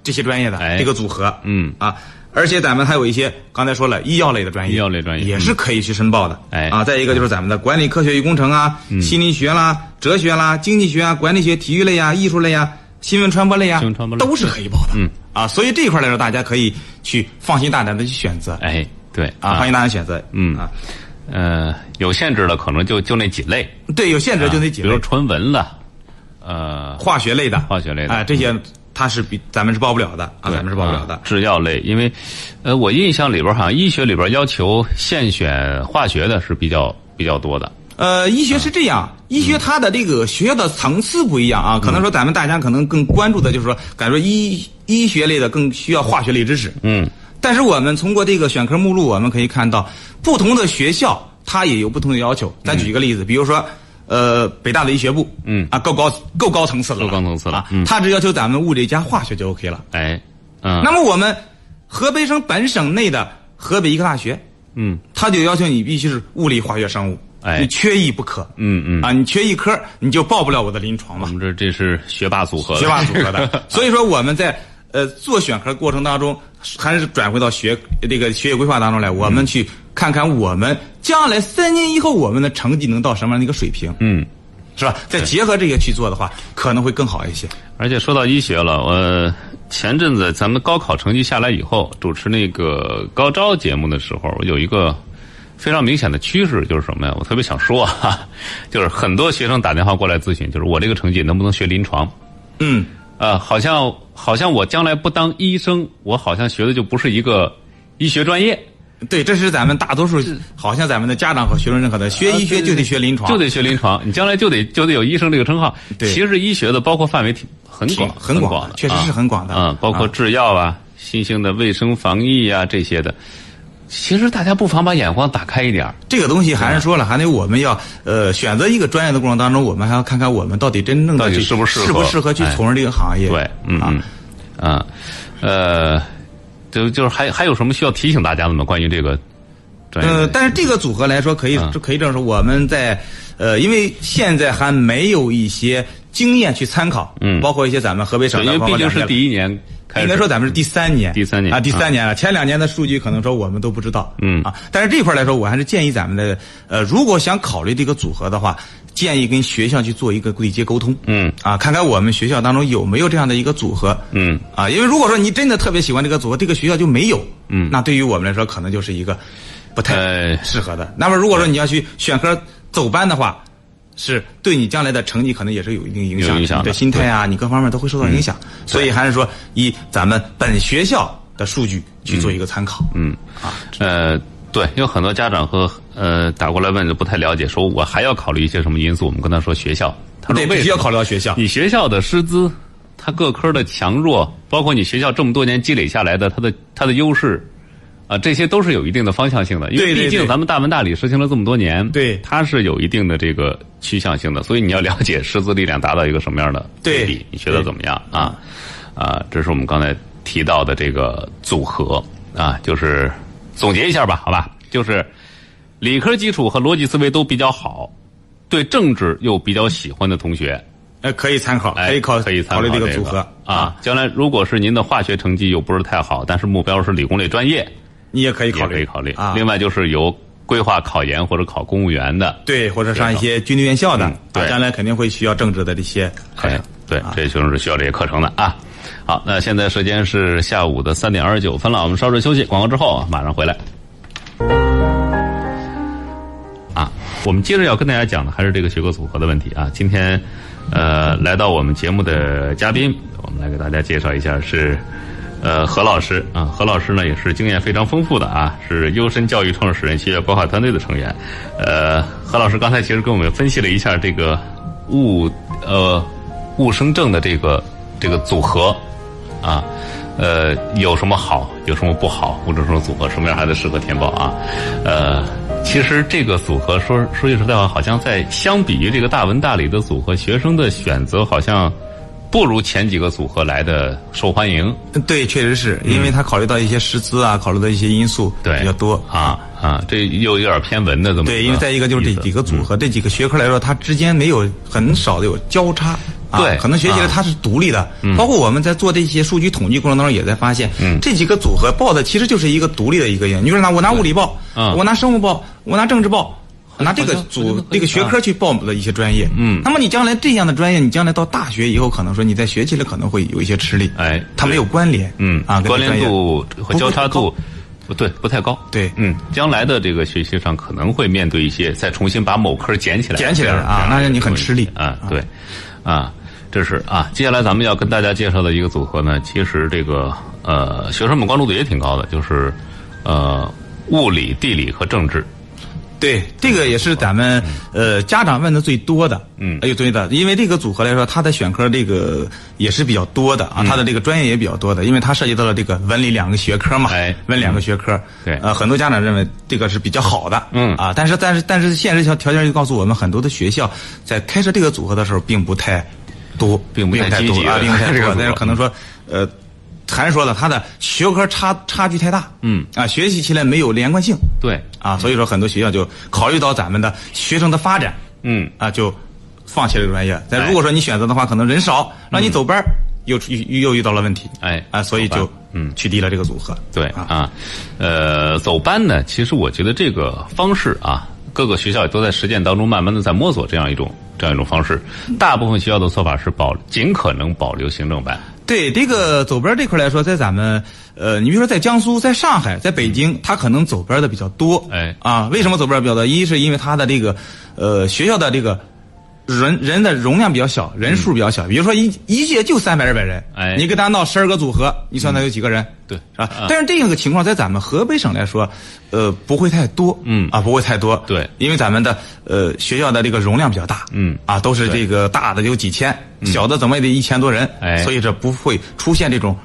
Speaker 2: 这些专业的、
Speaker 1: 哎
Speaker 2: 这个组合，
Speaker 1: 嗯
Speaker 2: 啊，而且咱们还有一些刚才说了医药类的专业，
Speaker 1: 医药类专业嗯
Speaker 2: 也是可以去申报的，
Speaker 1: 哎嗯
Speaker 2: 啊，再一个就是咱们的管理科学与工程啊、心理学啦、哲学啦、经济学啊、管理学、体育类啊、艺术类啊、新闻传播类啊
Speaker 1: 新闻传播，类
Speaker 2: 都是可以报的，嗯啊，所以这一块来说，大家可以去放心大胆的去选择，
Speaker 1: 哎，对
Speaker 2: 啊，放心大胆选择，
Speaker 1: 嗯
Speaker 2: 啊，
Speaker 1: 呃，有限制的可能就就那几类，
Speaker 2: 对，有限制就那几
Speaker 1: 啊比如
Speaker 2: 类，
Speaker 1: 纯文了，呃，
Speaker 2: 化学类的，
Speaker 1: 化学类的
Speaker 2: 哎，这些它是比咱们是报不了的啊，
Speaker 1: 对
Speaker 2: 咱们是报不了的
Speaker 1: 啊。制药类，因为，呃，我印象里边好像医学里边要求现选化学的是比较比较多的。
Speaker 2: 呃，医学是这样，医
Speaker 1: 嗯
Speaker 2: 学它的这个学校的层次不一样啊，可能说咱们大家可能更关注的就是说，感觉医医学类的更需要化学类知识，
Speaker 1: 嗯，
Speaker 2: 但是我们通过这个选科目录，我们可以看到不同的学校它也有不同的要求。咱举一个例子，比如说。呃，北大的医学部，
Speaker 1: 嗯
Speaker 2: 啊，够高够高层次了吧，
Speaker 1: 够高层次了
Speaker 2: 啊
Speaker 1: 嗯，
Speaker 2: 他只要求咱们物理加化学就 OK 了。
Speaker 1: 哎，嗯，
Speaker 2: 那么我们河北省本省内的河北医科大学，
Speaker 1: 嗯
Speaker 2: 它就要求你必须是物理、化学、生物，
Speaker 1: 哎
Speaker 2: 你缺一不可。
Speaker 1: 嗯嗯，
Speaker 2: 啊，你缺一科，你就报不了我的临床
Speaker 1: 我
Speaker 2: 嘛，
Speaker 1: 们这这是学霸组合的，
Speaker 2: 学霸组 合的。所以说我们在呃做选科过程当中，还是转回到学这个学业规划当中来，我们去看看我们将来三年以后我们的成绩能到什么样的一个水平，
Speaker 1: 嗯，
Speaker 2: 是吧？再结合这个去做的话，可能会更好一些。
Speaker 1: 而且说到医学了，我前阵子咱们高考成绩下来以后，主持那个高招节目的时候，有一个非常明显的趋势，就是什么呀？我特别想说啊， 就是很多学生打电话过来咨询，就是我这个成绩能不能学临床？
Speaker 2: 嗯，
Speaker 1: 呃，好像好像我将来不当医生，我好像学的就不是一个医学专业，
Speaker 2: 对，这是咱们大多数，好像咱们的家长和学生认可的，学医学就得学临床，
Speaker 1: 啊就得学临床，你将来就得就得有医生这个称号。
Speaker 2: 对
Speaker 1: 其实医学的包括范围挺很
Speaker 2: 挺
Speaker 1: 广，
Speaker 2: 很
Speaker 1: 广
Speaker 2: 广的
Speaker 1: 的，
Speaker 2: 确实是很广的
Speaker 1: 啊，嗯包括制药啊、新兴的卫生防疫啊这些的。其实大家不妨把眼光打开一点儿
Speaker 2: 这个东西还是说了，还得我们要呃选择一个专业的过程当中，我们还要看看我们到底真正的
Speaker 1: 到底
Speaker 2: 去
Speaker 1: 适不适合
Speaker 2: 适不适合去
Speaker 1: 哎
Speaker 2: 从事这个行业。
Speaker 1: 对，嗯
Speaker 2: 啊
Speaker 1: 嗯，啊，呃，就就是还还有什么需要提醒大家的吗？关于这个专业
Speaker 2: 呃，
Speaker 1: 的？
Speaker 2: 但是这个组合来说，可以
Speaker 1: 嗯
Speaker 2: 这可以这样说，我们在呃，因为现在还没有一些经验去参考，
Speaker 1: 嗯
Speaker 2: 包括一些咱们河北省
Speaker 1: 对，
Speaker 2: 的，
Speaker 1: 因
Speaker 2: 包
Speaker 1: 为
Speaker 2: 括
Speaker 1: 毕竟
Speaker 2: 两
Speaker 1: 是
Speaker 2: 年
Speaker 1: 第一年开始，
Speaker 2: 应该说咱们是第三年，
Speaker 1: 第三年
Speaker 2: 啊，第三年了。前两年的数据可能说我们都不知道，
Speaker 1: 嗯
Speaker 2: 啊，但是这块来说，我还是建议咱们的呃，如果想考虑这个组合的话，建议跟学校去做一个对接沟通，
Speaker 1: 嗯
Speaker 2: 啊，看看我们学校当中有没有这样的一个组合，
Speaker 1: 嗯
Speaker 2: 啊，因为如果说你真的特别喜欢这个组合，这个学校就没有，
Speaker 1: 嗯
Speaker 2: 那对于我们来说可能就是一个不太
Speaker 1: 呃
Speaker 2: 适合的。那么如果说你要去选科走班的话。是对你将来的成绩可能也是有一定影响，
Speaker 1: 有影响的嗯
Speaker 2: 你的心态啊，你各方面都会受到影响。所以还是说以咱们本学校的数据去做一个参考。
Speaker 1: 嗯
Speaker 2: 啊，
Speaker 1: 呃，对，有很多家长和呃打过来问，就不太了解，说我还要考虑一些什么因素？我们跟他说学校，他说
Speaker 2: 对，必
Speaker 1: 为
Speaker 2: 须
Speaker 1: 什
Speaker 2: 要
Speaker 1: 么？
Speaker 2: 考虑到学校。
Speaker 1: 你学校的师资，它各科的强弱，包括你学校这么多年积累下来的它的它的优势。啊，这些都是有一定的方向性的，因为
Speaker 2: 对对
Speaker 1: 毕竟
Speaker 2: 对
Speaker 1: 咱们大文大理实行了这么多年，
Speaker 2: 对
Speaker 1: 它是有一定的这个趋向性的，所以你要了解师资力量达到一个什么样的
Speaker 2: 对
Speaker 1: 比例，你学的怎么样啊？啊，这是我们刚才提到的这个组合啊，就是总结一下吧，好吧，就是理科基础和逻辑思维都比较好，对政治又比较喜欢的同学，
Speaker 2: 呃，可以参考，
Speaker 1: 哎
Speaker 2: 可以考
Speaker 1: 可以参
Speaker 2: 考虑
Speaker 1: 这
Speaker 2: 个组合
Speaker 1: 啊。。将来如果是您的化学成绩又不是太好，但是目标是理工类专业，
Speaker 2: 你也可以
Speaker 1: 也
Speaker 2: 考
Speaker 1: 可
Speaker 2: 虑
Speaker 1: 以考虑。
Speaker 2: 啊
Speaker 1: 另。外就是有规划考研或者考公务员的，
Speaker 2: 对，或者上一些军队院校的，
Speaker 1: 嗯对
Speaker 2: 啊将来肯定会需要政治的这些课程
Speaker 1: 哎。对，
Speaker 2: 啊
Speaker 1: 这学生是需要这些课程的啊。好，那现在时间是下午的三点二十九分了，我们稍事休息，广告之后啊马上回来。啊，我们接着要跟大家讲的还是这个学科组合的问题啊。今天，呃，来到我们节目的嘉宾，我们来给大家介绍一下是，呃，何老师啊。何老师呢也是经验非常丰富的啊，是优深教育创始人、学校规划团队的成员。呃，何老师刚才其实跟我们分析了一下这个物呃物生政的这个这个组合啊。呃，有什么好，有什么不好，或者说组合什么样还得适合填报啊？呃，其实这个组合说说句实在话，好像在相比于这个大文大理的组合，学生的选择好像不如前几个组合来的受欢迎。
Speaker 2: 嗯对，确实是因为他考虑到一些师资啊，考虑到一些因素
Speaker 1: 对，
Speaker 2: 比较多
Speaker 1: 啊。啊，这又有点偏文的这么
Speaker 2: 对，因为再一个就是
Speaker 1: 意
Speaker 2: 这
Speaker 1: 思嗯
Speaker 2: 几个组合、这几个学科来说，它之间没有很少的有交叉。啊
Speaker 1: 对
Speaker 2: 可能学习
Speaker 1: 啊嗯
Speaker 2: 来它是独立的，包括我们在做这些数据统计过程当中，也在发现，这几个组合报的其实就是一个独立的一个人。你说拿我拿物理报，
Speaker 1: 嗯
Speaker 2: 我拿生物报，我拿政治报，我拿这
Speaker 1: 好
Speaker 2: 个
Speaker 1: 像好像
Speaker 2: 组
Speaker 1: 可以
Speaker 2: 这个学科去报的一些专业，嗯，那么你将来这样的专业，你将来到大学以后，可能说你在学习了可能会有一些吃力，
Speaker 1: 哎
Speaker 2: 它没有关联，
Speaker 1: 嗯
Speaker 2: 啊，跟
Speaker 1: 关
Speaker 2: 这个
Speaker 1: 联
Speaker 2: 专业
Speaker 1: 度和交叉度不对，不太高。
Speaker 2: 对
Speaker 1: 嗯，将来的这个学习上可能会面对一些再重新把某科捡起来，
Speaker 2: 捡起来
Speaker 1: 这
Speaker 2: 了
Speaker 1: 样
Speaker 2: 啊
Speaker 1: 这样
Speaker 2: 那
Speaker 1: 一
Speaker 2: 你
Speaker 1: 个
Speaker 2: 很
Speaker 1: 东西
Speaker 2: 吃力
Speaker 1: 啊。对，啊，这是啊，接下来咱们要跟大家介绍的一个组合呢，其实这个呃，学生们关注度也挺高的，就是呃，物理、地理和政治。
Speaker 2: 对，这个也是咱们呃家长问的最多的，
Speaker 1: 嗯
Speaker 2: 哎呦对的，因为这个组合来说，它的选科这个也是比较多的
Speaker 1: 嗯
Speaker 2: 啊，它的这个专业也比较多的，因为它涉及到了这个文理两个学科嘛，
Speaker 1: 哎
Speaker 2: 文两个学科，
Speaker 1: 对
Speaker 2: 呃，很多家长认为这个是比较好的，
Speaker 1: 嗯
Speaker 2: 啊，但是但是但是现实条条件就告诉我们，很多的学校在开设这个组合的时候，并不太多，
Speaker 1: 并
Speaker 2: 并
Speaker 1: 不太
Speaker 2: 太
Speaker 1: 积
Speaker 2: 多
Speaker 1: 极
Speaker 2: 啊，并不 太
Speaker 1: 这个
Speaker 2: 多
Speaker 1: 组合，
Speaker 2: 但是可能说呃。还是说了，它的学科差差距太大，
Speaker 1: 嗯
Speaker 2: 啊，学习起来没有连贯性，
Speaker 1: 对，
Speaker 2: 啊，所以说很多学校就考虑到咱们的学生的发展
Speaker 1: 嗯，
Speaker 2: 啊，就放弃了这个专业。
Speaker 1: 哎嗯
Speaker 2: 但如果说你选择的话，可能人少，让你走班儿，又出又又遇到了问题，
Speaker 1: 哎
Speaker 2: 啊，所以
Speaker 1: 走班
Speaker 2: 就嗯取缔了这个组合。
Speaker 1: 对啊，呃，走班呢，其实我觉得这个方式啊，各个学校也都在实践当中，慢慢的在摸索这样一种这样一种方式。大部分学校的做法是保尽可能保留行政班，
Speaker 2: 对这个走班儿这块儿来说，在咱们呃，你比如说在江苏、在上海、在北京，它可能走班儿的比较多。
Speaker 1: 嗯哎
Speaker 2: 啊，为什么走班儿比较多？一是因为它的这个呃学校的这个人人的容量比较小，人数比较小。比如说一一届就三百二百人，
Speaker 1: 嗯哎嗯
Speaker 2: 你给他闹十二个组合，你算他有几个人？
Speaker 1: 对嗯
Speaker 2: 是吧？但是这个情况在咱们河北省来说，呃，不会太多，
Speaker 1: 嗯
Speaker 2: 啊，不会太多，
Speaker 1: 对
Speaker 2: 因为咱们的呃学校的这个容量比较大，
Speaker 1: 嗯
Speaker 2: 啊，都是这个大的有几千，小的怎么也得一千多人，
Speaker 1: 哎
Speaker 2: 所以这不会出现这种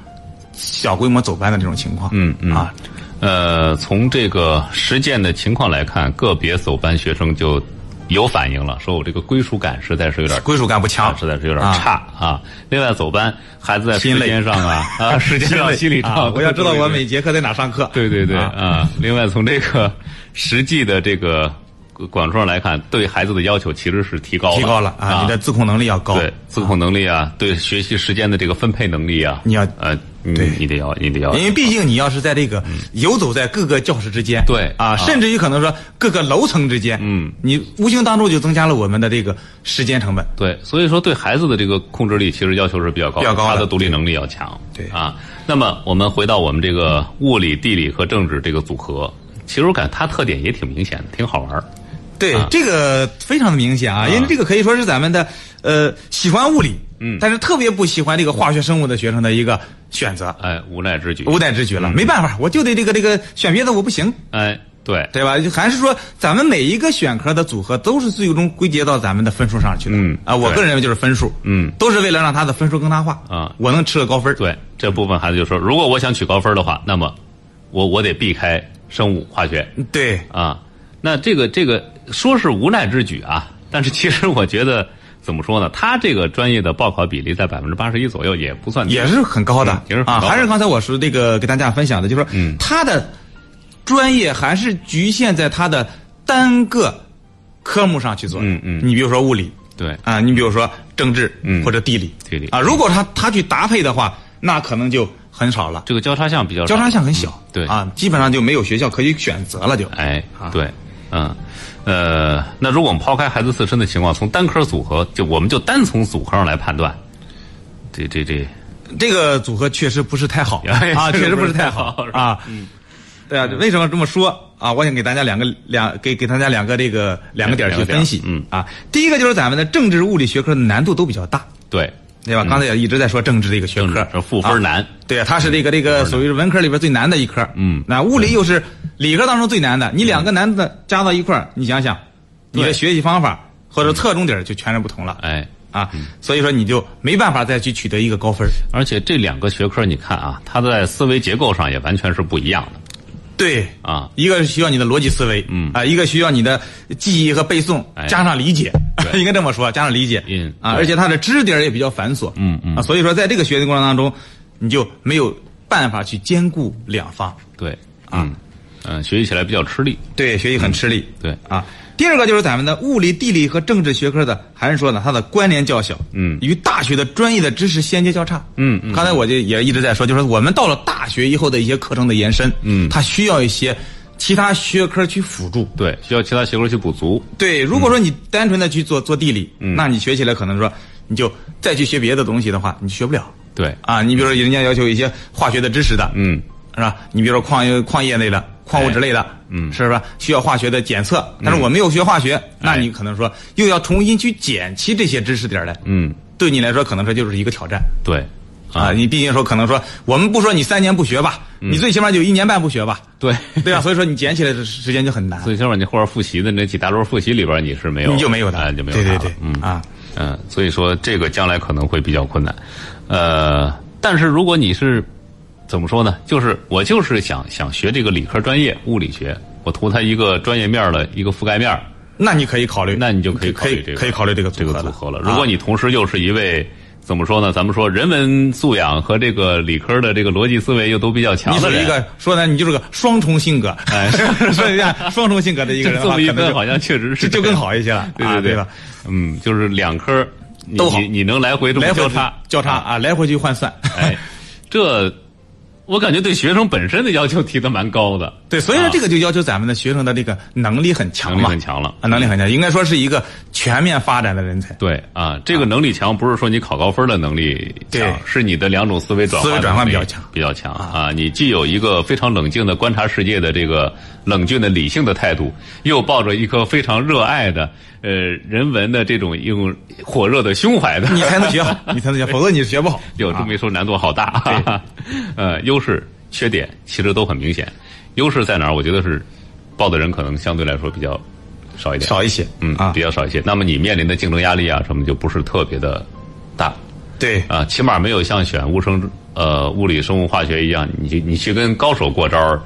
Speaker 2: 小规模走班的这种情况。
Speaker 1: 嗯嗯
Speaker 2: 啊，
Speaker 1: 呃，从这个实践的情况来看，个别走班学生就有反应了，说我这个归属感实在是有点啊
Speaker 2: 归属感不强，
Speaker 1: 实在是有点 差啊。另外，走班孩子在时
Speaker 2: 心累
Speaker 1: 间上 啊啊，时间上、心理上，
Speaker 2: 啊我要知道我
Speaker 1: 对对对
Speaker 2: 每节课在哪上课。
Speaker 1: 对对对
Speaker 2: 啊
Speaker 1: 啊！另外，从这个实际的这个广众来看，对孩子的要求其实是提高了，
Speaker 2: 提高了啊，你的自控能力要高。
Speaker 1: 对自控能力啊，对学习时间的这个分配能力啊，
Speaker 2: 你要
Speaker 1: 呃，你
Speaker 2: 对
Speaker 1: 你得要，你得要，
Speaker 2: 因为毕竟你要是在这个游走在各个教室之间，
Speaker 1: 嗯对啊
Speaker 2: 啊，甚至于可能说各个楼层之间，
Speaker 1: 嗯，
Speaker 2: 你无形当中就增加了我们的这个时间成本。
Speaker 1: 对，所以说对孩子的这个控制力其实要求是比较高的，
Speaker 2: 比较高
Speaker 1: 他
Speaker 2: 的
Speaker 1: 的独立能力要强。
Speaker 2: 对
Speaker 1: 啊，那么我们回到我们这个物理、地理和政治这个组合，其实我感觉它特点也挺明显的，挺好玩儿。
Speaker 2: 对，这个非常的明显啊，因为这个可以说是咱们的呃喜欢物理，嗯，但是特别不喜欢这个化学生物的学生的一个选择，
Speaker 1: 哎，无奈之举，
Speaker 2: 无奈之举
Speaker 1: 嗯
Speaker 2: 了，没办法，我就得这个这个选别的我不行，
Speaker 1: 哎，对，
Speaker 2: 对吧？就还是说咱们每一个选科的组合都是最终归结到咱们的分数上去的，
Speaker 1: 嗯
Speaker 2: 啊，我
Speaker 1: 对
Speaker 2: 个人认为就是分数，
Speaker 1: 嗯，
Speaker 2: 都是为了让他的分数更大化
Speaker 1: 啊
Speaker 2: 我能吃个高分儿，
Speaker 1: 对，这部分孩子就说，如果我想取高分的话，那么我我得避开生物化学
Speaker 2: 对，
Speaker 1: 啊。那这个这个说是无奈之举啊，但是其实我觉得怎么说呢？他这个专业的报考比例在百分之八十一左右，也不算低
Speaker 2: 也是很高的
Speaker 1: 嗯，也是很
Speaker 2: 啊，
Speaker 1: 高的
Speaker 2: 还是刚才我说这个给大家分享的，就是说，
Speaker 1: 嗯
Speaker 2: 他的专业还是局限在他的单个科目上去做的，
Speaker 1: 嗯嗯
Speaker 2: 你比如说物理
Speaker 1: 对，
Speaker 2: 啊，你比如说政治，
Speaker 1: 嗯
Speaker 2: 或者地理，
Speaker 1: 地理
Speaker 2: 啊，如果他他去搭配的话，那可能就很少了，
Speaker 1: 这个交叉项比较
Speaker 2: 交叉
Speaker 1: 少
Speaker 2: 项很小，
Speaker 1: 嗯对
Speaker 2: 啊，基本上就没有学校可以选择了，就，
Speaker 1: 哎
Speaker 2: 啊，
Speaker 1: 对，嗯，呃，那如果我们抛开孩子自身的情况，从单科组合，就我们就单从组合上来判断，这这这，
Speaker 2: 这个组合确实不是太好
Speaker 1: 哎
Speaker 2: 啊，确实不是太好
Speaker 1: 是吧
Speaker 2: 啊。对啊，为什么这么说啊？我想给大家两个两给给大家两个这个两个点儿
Speaker 1: 两个
Speaker 2: 去
Speaker 1: 点儿
Speaker 2: 分析。
Speaker 1: 嗯
Speaker 2: 啊，第一个就是咱们的政治、物理学科的难度都比较大，
Speaker 1: 对，
Speaker 2: 对吧？刚才也一直在说政治这个学
Speaker 1: 嗯政
Speaker 2: 科
Speaker 1: 治，是赋分
Speaker 2: 啊。
Speaker 1: 难，
Speaker 2: 对啊，它是这个这个所谓是文科里边最难的一科。
Speaker 1: 嗯
Speaker 2: 那物理又是理科当中最难的，你两个难的加到一块儿，你想想，你
Speaker 1: 对嗯
Speaker 2: 的学习方法或者侧重点儿就全然不同了
Speaker 1: 哎。
Speaker 2: 啊。所以说你就没办法再去取得一个高分儿。
Speaker 1: 而且这两个学科，你看啊，它在思维结构上也完全是不一样的
Speaker 2: 对
Speaker 1: 啊。
Speaker 2: 一个是需要你的逻辑思维，嗯啊，一个需要你的记忆和背诵
Speaker 1: 哎，
Speaker 2: 加上理解，
Speaker 1: 对
Speaker 2: 应该这么说，加上理解，
Speaker 1: 嗯
Speaker 2: 啊，
Speaker 1: 对
Speaker 2: 而且它的知识点也比较繁琐，
Speaker 1: 嗯嗯
Speaker 2: 啊，所以说在这个学习过程当中，你就没有办法去兼顾两方，
Speaker 1: 对，
Speaker 2: 啊
Speaker 1: 嗯，嗯、学习起来比较吃力。
Speaker 2: 对，学习很吃力，
Speaker 1: 对
Speaker 2: 啊。第二个就是咱们的物理、地理和政治学科的，还是说呢，它的关联较小，
Speaker 1: 嗯
Speaker 2: 与大学的专业的知识衔接较差，
Speaker 1: 嗯嗯
Speaker 2: 刚才我就也一直在说，就是我们到了大学以后的一些课程的延伸，
Speaker 1: 嗯
Speaker 2: 它需要一些其他学科去辅助，
Speaker 1: 对，需要其他学科去补足。
Speaker 2: 对，如果说你单纯的去做做地理，
Speaker 1: 嗯
Speaker 2: 那你学起来可能说你就再去学别的东西的话，你学不了
Speaker 1: 对，
Speaker 2: 啊。你比如说人家要求一些化学的知识的，
Speaker 1: 嗯，哎
Speaker 2: 是吧？你比如说矿业矿业类的、矿物质类的，嗯，是吧？需要化学的检测，但
Speaker 1: 嗯
Speaker 2: 是我没有学化学，
Speaker 1: 哎
Speaker 2: 那你可能说又要重新去捡起这些知识点来，
Speaker 1: 嗯，
Speaker 2: 对你来说可能说就是一个挑战。
Speaker 1: 对，
Speaker 2: 啊，你毕竟说可能说，我们不说你三年不学吧，
Speaker 1: 嗯
Speaker 2: 你最起码就一年半 不学吧，
Speaker 1: 对，
Speaker 2: 对吧？所以说你捡起来的时间就很难，
Speaker 1: 所以相反，你或者复习的那几大摞复习里边，你是没有，
Speaker 2: 你就没有它，
Speaker 1: 啊就没有
Speaker 2: 对
Speaker 1: 它
Speaker 2: 对
Speaker 1: 了
Speaker 2: 对，
Speaker 1: 嗯
Speaker 2: 啊，
Speaker 1: 嗯，所以说这个将来可能会比较困难，呃，但是如果你是怎么说呢？就是我就是想想学这个理科专业物理学，我图它一个专业面儿的一个覆盖面儿，
Speaker 2: 那你可以考虑，
Speaker 1: 那你就可以考
Speaker 2: 可
Speaker 1: 虑
Speaker 2: 以
Speaker 1: 这个
Speaker 2: 可以考虑这个
Speaker 1: 这
Speaker 2: 组
Speaker 1: 个
Speaker 2: 合了
Speaker 1: 组合了。
Speaker 2: 啊
Speaker 1: 如果你同时又是一位怎么说呢？咱们说人文素养和这个理科的这个逻辑思维又都比较强
Speaker 2: 你
Speaker 1: 的
Speaker 2: 是
Speaker 1: 人，
Speaker 2: 一个说呢，你就是个双重性格，
Speaker 1: 哎
Speaker 2: 说一下双重性格的一个人
Speaker 1: 这
Speaker 2: 的话，
Speaker 1: 么一
Speaker 2: 可能
Speaker 1: 分，
Speaker 2: 就
Speaker 1: 好像确实是
Speaker 2: 就就更好一些了，
Speaker 1: 对
Speaker 2: 啊
Speaker 1: 对
Speaker 2: 对吧？
Speaker 1: 嗯，就是两科你
Speaker 2: 都好
Speaker 1: 你你能来回这么
Speaker 2: 来回
Speaker 1: 交叉
Speaker 2: 交叉啊，来回去换算。
Speaker 1: 哎，这我感觉对学生本身的要求提的蛮高的，
Speaker 2: 对，所以说
Speaker 1: 啊
Speaker 2: 这个就要求咱们的学生的这个能力很强
Speaker 1: 能力
Speaker 2: 嘛，
Speaker 1: 很强了。
Speaker 2: 啊，能力很强，应该说是一个全面发展的人才。
Speaker 1: 对啊，这个能力强不是说你考高分的能力
Speaker 2: 对
Speaker 1: 强，是你的两种思维转
Speaker 2: 思维
Speaker 1: 换
Speaker 2: 转换
Speaker 1: 能力
Speaker 2: 比较强，
Speaker 1: 比较强啊！你既有一个非常冷静的观察世界的这个冷峻的理性的态度，又抱着一颗非常热爱的呃人文的这种用火热的胸怀的，
Speaker 2: 你才能学好，你才能学，否则你学不好。 啊
Speaker 1: 有这么一说，难度好 大。呃，优势、缺点其实都很明显。优势在哪儿？我觉得是报的人可能相对来说比较少一点，
Speaker 2: 少一些，
Speaker 1: 嗯
Speaker 2: 啊
Speaker 1: 比，较少一些。那么你面临的竞争压力啊什么就不是特别的大
Speaker 2: 对，
Speaker 1: 啊，起码没有像选物生呃物理、生物、化学一样，你去你去跟高手过招儿，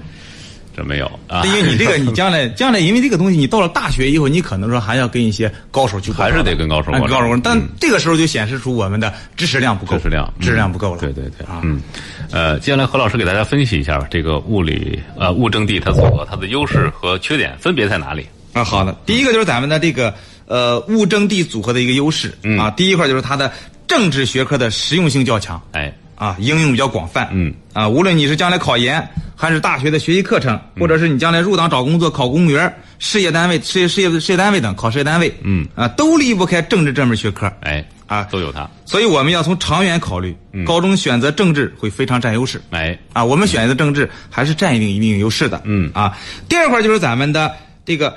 Speaker 1: 这没有啊。
Speaker 2: 因为你 这个你将来将来，因为这个东西，你到了大学以后，你可能说还要跟一些高手去过招，
Speaker 1: 还是得跟高手
Speaker 2: 哎
Speaker 1: 过招
Speaker 2: 高手过招，但这个时候就显示出我们的知识量不够，
Speaker 1: 知识量嗯
Speaker 2: 知识量不够了，
Speaker 1: 对对对
Speaker 2: 啊，
Speaker 1: 嗯，呃，接下来何老师给大家分析一下吧，这个物理呃物证地它所它的优势和缺点分别在哪里？
Speaker 2: 啊，好的，第一个就是咱们的这个呃物证地组合的一个优势、
Speaker 1: 嗯
Speaker 2: 啊，第一块就是它的政治学科的实用性较强
Speaker 1: 哎，
Speaker 2: 啊，应用比较广泛，
Speaker 1: 嗯
Speaker 2: 啊，无论你是将来考研，还是大学的学习课程，
Speaker 1: 嗯
Speaker 2: 或者是你将来入党找工作、考公务员、事业单位、事业事业事业单位等考事业单位，
Speaker 1: 嗯
Speaker 2: 啊，都离不开政治这门学科，
Speaker 1: 哎，
Speaker 2: 啊
Speaker 1: 都有它。
Speaker 2: 所以我们要从长远考虑，
Speaker 1: 嗯
Speaker 2: 高中选择政治会非常占优势。
Speaker 1: 哎，
Speaker 2: 啊，我们选择政治还是占一定一定优势的。
Speaker 1: 嗯
Speaker 2: 啊，第二块就是咱们的这个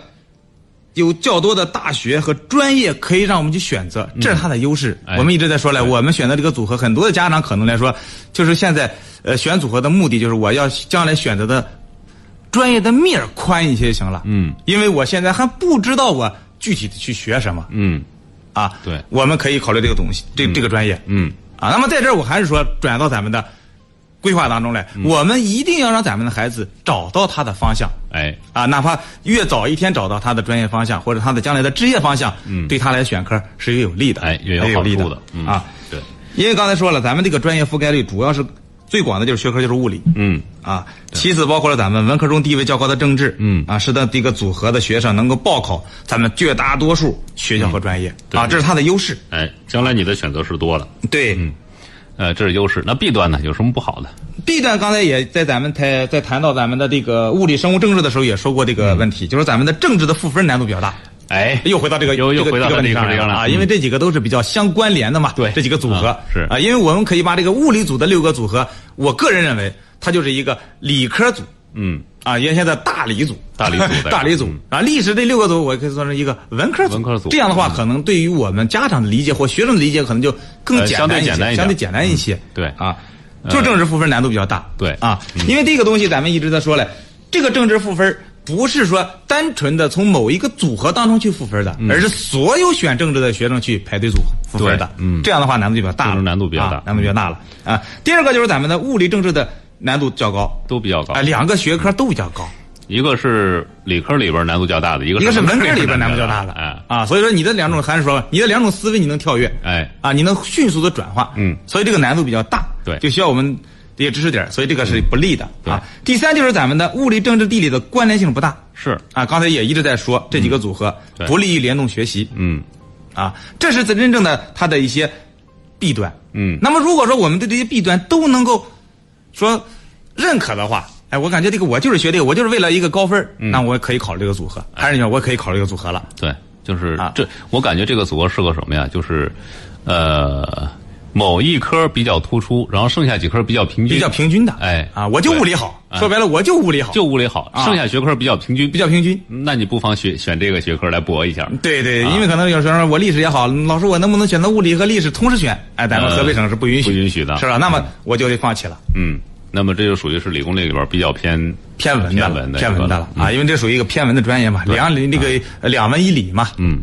Speaker 2: 有较多的大学和专业可以让我们去选择，这是它的优势。
Speaker 1: 哎
Speaker 2: 我们一直在说了，我们选择这个组合，很多的家长可能来说，就是现在呃选组合的目的就是我要将来选择的专业的面儿宽一些就行了。
Speaker 1: 嗯，
Speaker 2: 因为我现在还不知道我具体的去学什么
Speaker 1: 嗯，
Speaker 2: 啊。
Speaker 1: 对
Speaker 2: 我们可以考虑这个东西，这、这个专业。
Speaker 1: 嗯，
Speaker 2: 啊，那么在这儿我还是说转到咱们的规划当中来，
Speaker 1: 嗯
Speaker 2: 我们一定要让咱们的孩子找到他的方向
Speaker 1: 哎，
Speaker 2: 啊，哪怕越早一天找到他的专业方向或者他的将来的职业方向，对他来选科是越有利的，
Speaker 1: 嗯哎，也有
Speaker 2: 越
Speaker 1: 好
Speaker 2: 利
Speaker 1: 处的。嗯
Speaker 2: 啊。
Speaker 1: 对，
Speaker 2: 因为刚才说了，咱们这个专业覆盖率主要是最广的就是学科就是物理，
Speaker 1: 嗯，
Speaker 2: 啊，其次包括了咱们文科中地位较高的政治，
Speaker 1: 嗯
Speaker 2: 啊，使得这个组合的学生能够报考咱们绝大多数学校和专业、
Speaker 1: 嗯对嗯
Speaker 2: 啊，这是他的优势，
Speaker 1: 哎，将来你的选择是多了，
Speaker 2: 对，
Speaker 1: 呃，这是优势。那弊端呢？有什么不好的？
Speaker 2: B 段刚才也在咱们在在谈到咱们的这个物理、生物、政治的时候也说过这
Speaker 1: 嗯
Speaker 2: 个问题，就是咱们的政治的赋分难度比较大。
Speaker 1: 哎，
Speaker 2: 又回到这个
Speaker 1: 又又
Speaker 2: 这个
Speaker 1: 回到
Speaker 2: 这个问题
Speaker 1: 这个
Speaker 2: 上来
Speaker 1: 这个
Speaker 2: 了
Speaker 1: 了
Speaker 2: 啊，
Speaker 1: 嗯
Speaker 2: 因为这几个都是比较相关联的嘛。
Speaker 1: 对
Speaker 2: 这几个组合
Speaker 1: 啊是
Speaker 2: 啊，因为我们可以把这个物理组的六个组合，我个人认为它就是一个理科组
Speaker 1: 嗯，
Speaker 2: 啊，原先的大理组，
Speaker 1: 大 理组
Speaker 2: 大理组
Speaker 1: 嗯
Speaker 2: 啊，历史这六个组我可以算成一个文科组。
Speaker 1: 文科组嗯
Speaker 2: 这样的话，可能对于我们家长的理解或学生的理解，可能就更
Speaker 1: 呃
Speaker 2: 简
Speaker 1: 相对
Speaker 2: 单一些
Speaker 1: 简单一，点嗯
Speaker 2: 相对简单一些。
Speaker 1: 对嗯
Speaker 2: 啊，就政治赋分难度比较大。
Speaker 1: 对嗯
Speaker 2: 啊，因为这个东西咱们一直在说了，这个政治赋分不是说单纯的从某一个组合当中去赋分的，
Speaker 1: 嗯
Speaker 2: 而是所有选政治的学生去排队组赋分的
Speaker 1: 对。嗯
Speaker 2: 这样的话难度就比较大
Speaker 1: 这
Speaker 2: 了，
Speaker 1: 种难度比较大嗯
Speaker 2: 啊难度比较大了啊。第二个就是咱们的物理政治的难度较高。
Speaker 1: 都比较高
Speaker 2: 啊，。两个学科都比较高，
Speaker 1: 一个是理科里边难度较大的，一个
Speaker 2: 一个是文科
Speaker 1: 科
Speaker 2: 里边难
Speaker 1: 难
Speaker 2: 度较大的，
Speaker 1: 哎，
Speaker 2: 啊，所以说你的两种还是说你的两种思维你能跳跃，
Speaker 1: 哎
Speaker 2: 啊，你能迅速的转化，
Speaker 1: 嗯
Speaker 2: 所以这个难度比较大，
Speaker 1: 对嗯
Speaker 2: 就需要我们这些知识点，所以这个是不利的、
Speaker 1: 对
Speaker 2: 啊。第三就是咱们的物理、政治、地理的关联性不大，
Speaker 1: 是，
Speaker 2: 啊，刚才也一直在说这几个组合、
Speaker 1: 嗯对
Speaker 2: 不利于联动学习，
Speaker 1: 嗯，
Speaker 2: 啊，这是真正的它的一些弊端。
Speaker 1: 嗯
Speaker 2: 那么如果说我们对这些弊端都能够说认可的话，哎，我感觉这个我就是学这个，我就是为了一个高分儿，
Speaker 1: 嗯
Speaker 2: 那我可以考虑这个组合。
Speaker 1: 哎
Speaker 2: 还是讲我可以考虑这个组合了。
Speaker 1: 对，就是
Speaker 2: 啊
Speaker 1: 这，我感觉这个组合适合什么呀？就是，呃，某一科比较突出，然后剩下几科比较平均，
Speaker 2: 比较平均的，
Speaker 1: 哎
Speaker 2: 啊，我就物理好，说白了我就物理好，
Speaker 1: 就物理好，
Speaker 2: 啊
Speaker 1: 剩下学科比较平均，
Speaker 2: 比较平均。
Speaker 1: 那你不妨选选这个学科来搏一下。
Speaker 2: 对
Speaker 1: 啊
Speaker 2: 对，因为可能有学生说我历史也好，老师我能不能选择物理和历史同时选？哎，咱们河北省是不允许，
Speaker 1: 嗯不允许的
Speaker 2: 是吧？那么我就得放弃了，
Speaker 1: 嗯，那么这就属于是理工类里边比较偏
Speaker 2: 偏文的
Speaker 1: 偏
Speaker 2: 了
Speaker 1: 文的
Speaker 2: 偏文的了啊，因为这属于一个偏文的专业嘛，
Speaker 1: 啊
Speaker 2: 两那个呃两文一理嘛，
Speaker 1: 嗯，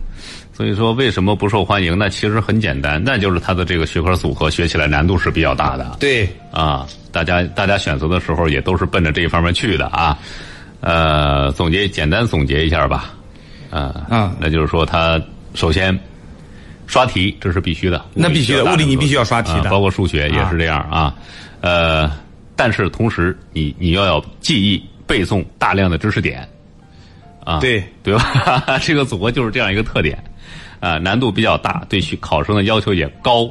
Speaker 1: 所以说为什么不受欢迎？那其实很简单，那就是它的这个学科组合学起来难度是比较大的。
Speaker 2: 对，
Speaker 1: 啊，大家大家选择的时候也都是奔着这一方面去的啊。呃，总结简单总结一下吧，啊、
Speaker 2: 嗯
Speaker 1: 那就是说它首先刷题这是必须的，
Speaker 2: 那必须的
Speaker 1: 要大
Speaker 2: 物理你
Speaker 1: 程度
Speaker 2: 必须要刷题的
Speaker 1: 啊包括数学也是这样啊。呃，但是同时你你要有记忆背诵大量的知识点，啊，
Speaker 2: 对
Speaker 1: 对吧？ 这个组合就是这样一个特点，啊、难度比较大，对学考生的要求也高。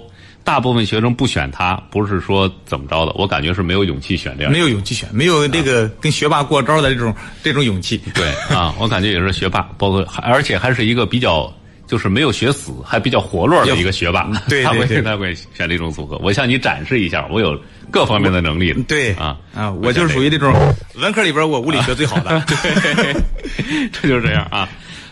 Speaker 1: 大部分学生不选它，不是说怎么着的，我感觉是没有勇气选这样
Speaker 2: 没。有勇气选，没有这个跟学霸过招的这种这种勇气。
Speaker 1: 对啊，我感觉也是学霸，包括还而且还是一个比较就是没有学死，还比较活络的一个学霸。
Speaker 2: 嗯对 对
Speaker 1: 他会
Speaker 2: 对
Speaker 1: 他会选这种组合。我向你展示一下，我有各方面的能力。
Speaker 2: 对
Speaker 1: 啊
Speaker 2: 啊，我就是属
Speaker 1: 于
Speaker 2: 于这种文科里边我物理学最好 的。
Speaker 1: 对， 这就是这样啊。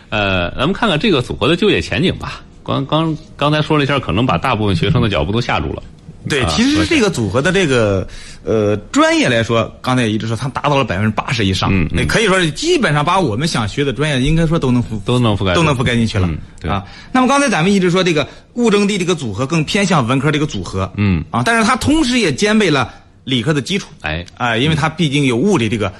Speaker 1: 呃，咱们看看这个组合的就业前景吧。刚刚刚才说了一下，可能把大部分学生的脚步都吓住了。
Speaker 2: 对，
Speaker 1: 啊
Speaker 2: 其实这个组合的这个呃专业来说，刚才也一直说，它达到了百分之八十以上，
Speaker 1: 嗯嗯
Speaker 2: 那可以说是基本上把我们想学的专业，应该说都能覆
Speaker 1: 都能覆盖
Speaker 2: 都能覆盖进去了、
Speaker 1: 嗯对
Speaker 2: 啊。那么刚才咱们一直说这个物征地这个组合更偏向文科这个组合，
Speaker 1: 嗯
Speaker 2: 啊，但是它同时也兼备了理科的基础，
Speaker 1: 哎
Speaker 2: 啊、因为它毕竟有物理这个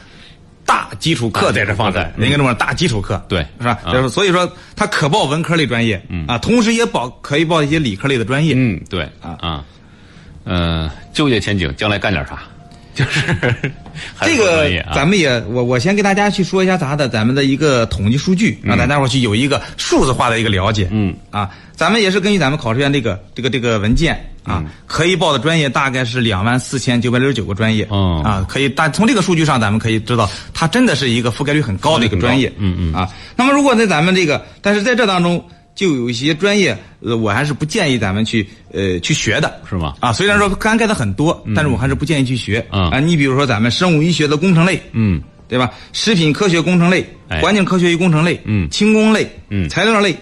Speaker 2: 大基础课在这放
Speaker 1: 大
Speaker 2: 着
Speaker 1: 基，础课
Speaker 2: 应该这么说，大基础课，
Speaker 1: 嗯对
Speaker 2: 是吧？
Speaker 1: 啊
Speaker 2: 就是所以说它可报文科类专业，嗯啊，同时也报可以报一些理科类的专业，
Speaker 1: 嗯，对
Speaker 2: 啊
Speaker 1: 啊，呃，就业前景，将来干点啥？ 就是还是
Speaker 2: 这
Speaker 1: 不
Speaker 2: 个
Speaker 1: 专业啊
Speaker 2: 咱们也我我先给大家去说一下咱的咱们的一个统计数据，让大家伙去有一个数字化的一个了解。
Speaker 1: 嗯，
Speaker 2: 啊，咱们也是根据咱们考试院这个这个这个文件
Speaker 1: 嗯
Speaker 2: 啊，可以报的专业大概是两万四千九百六十九个专业。
Speaker 1: 哦
Speaker 2: 啊，可以，但从这个数据上咱们可以知道，它真的是一个覆盖率很高的一个专业。
Speaker 1: 嗯嗯
Speaker 2: 啊，那么如果在咱们这个，但是在这当中。就有一些专业，呃，我还是不建议咱们去，呃，去学的，
Speaker 1: 是吗
Speaker 2: 啊，虽然说涵盖的很多，但是我还是不建议去学。
Speaker 1: 嗯
Speaker 2: 啊，你比如说咱们生物医学的工程类，
Speaker 1: 嗯，
Speaker 2: 对吧？食品科学工程类、
Speaker 1: 哎
Speaker 2: 环境科学与工程类、
Speaker 1: 嗯
Speaker 2: 轻工类、
Speaker 1: 嗯
Speaker 2: 材料类。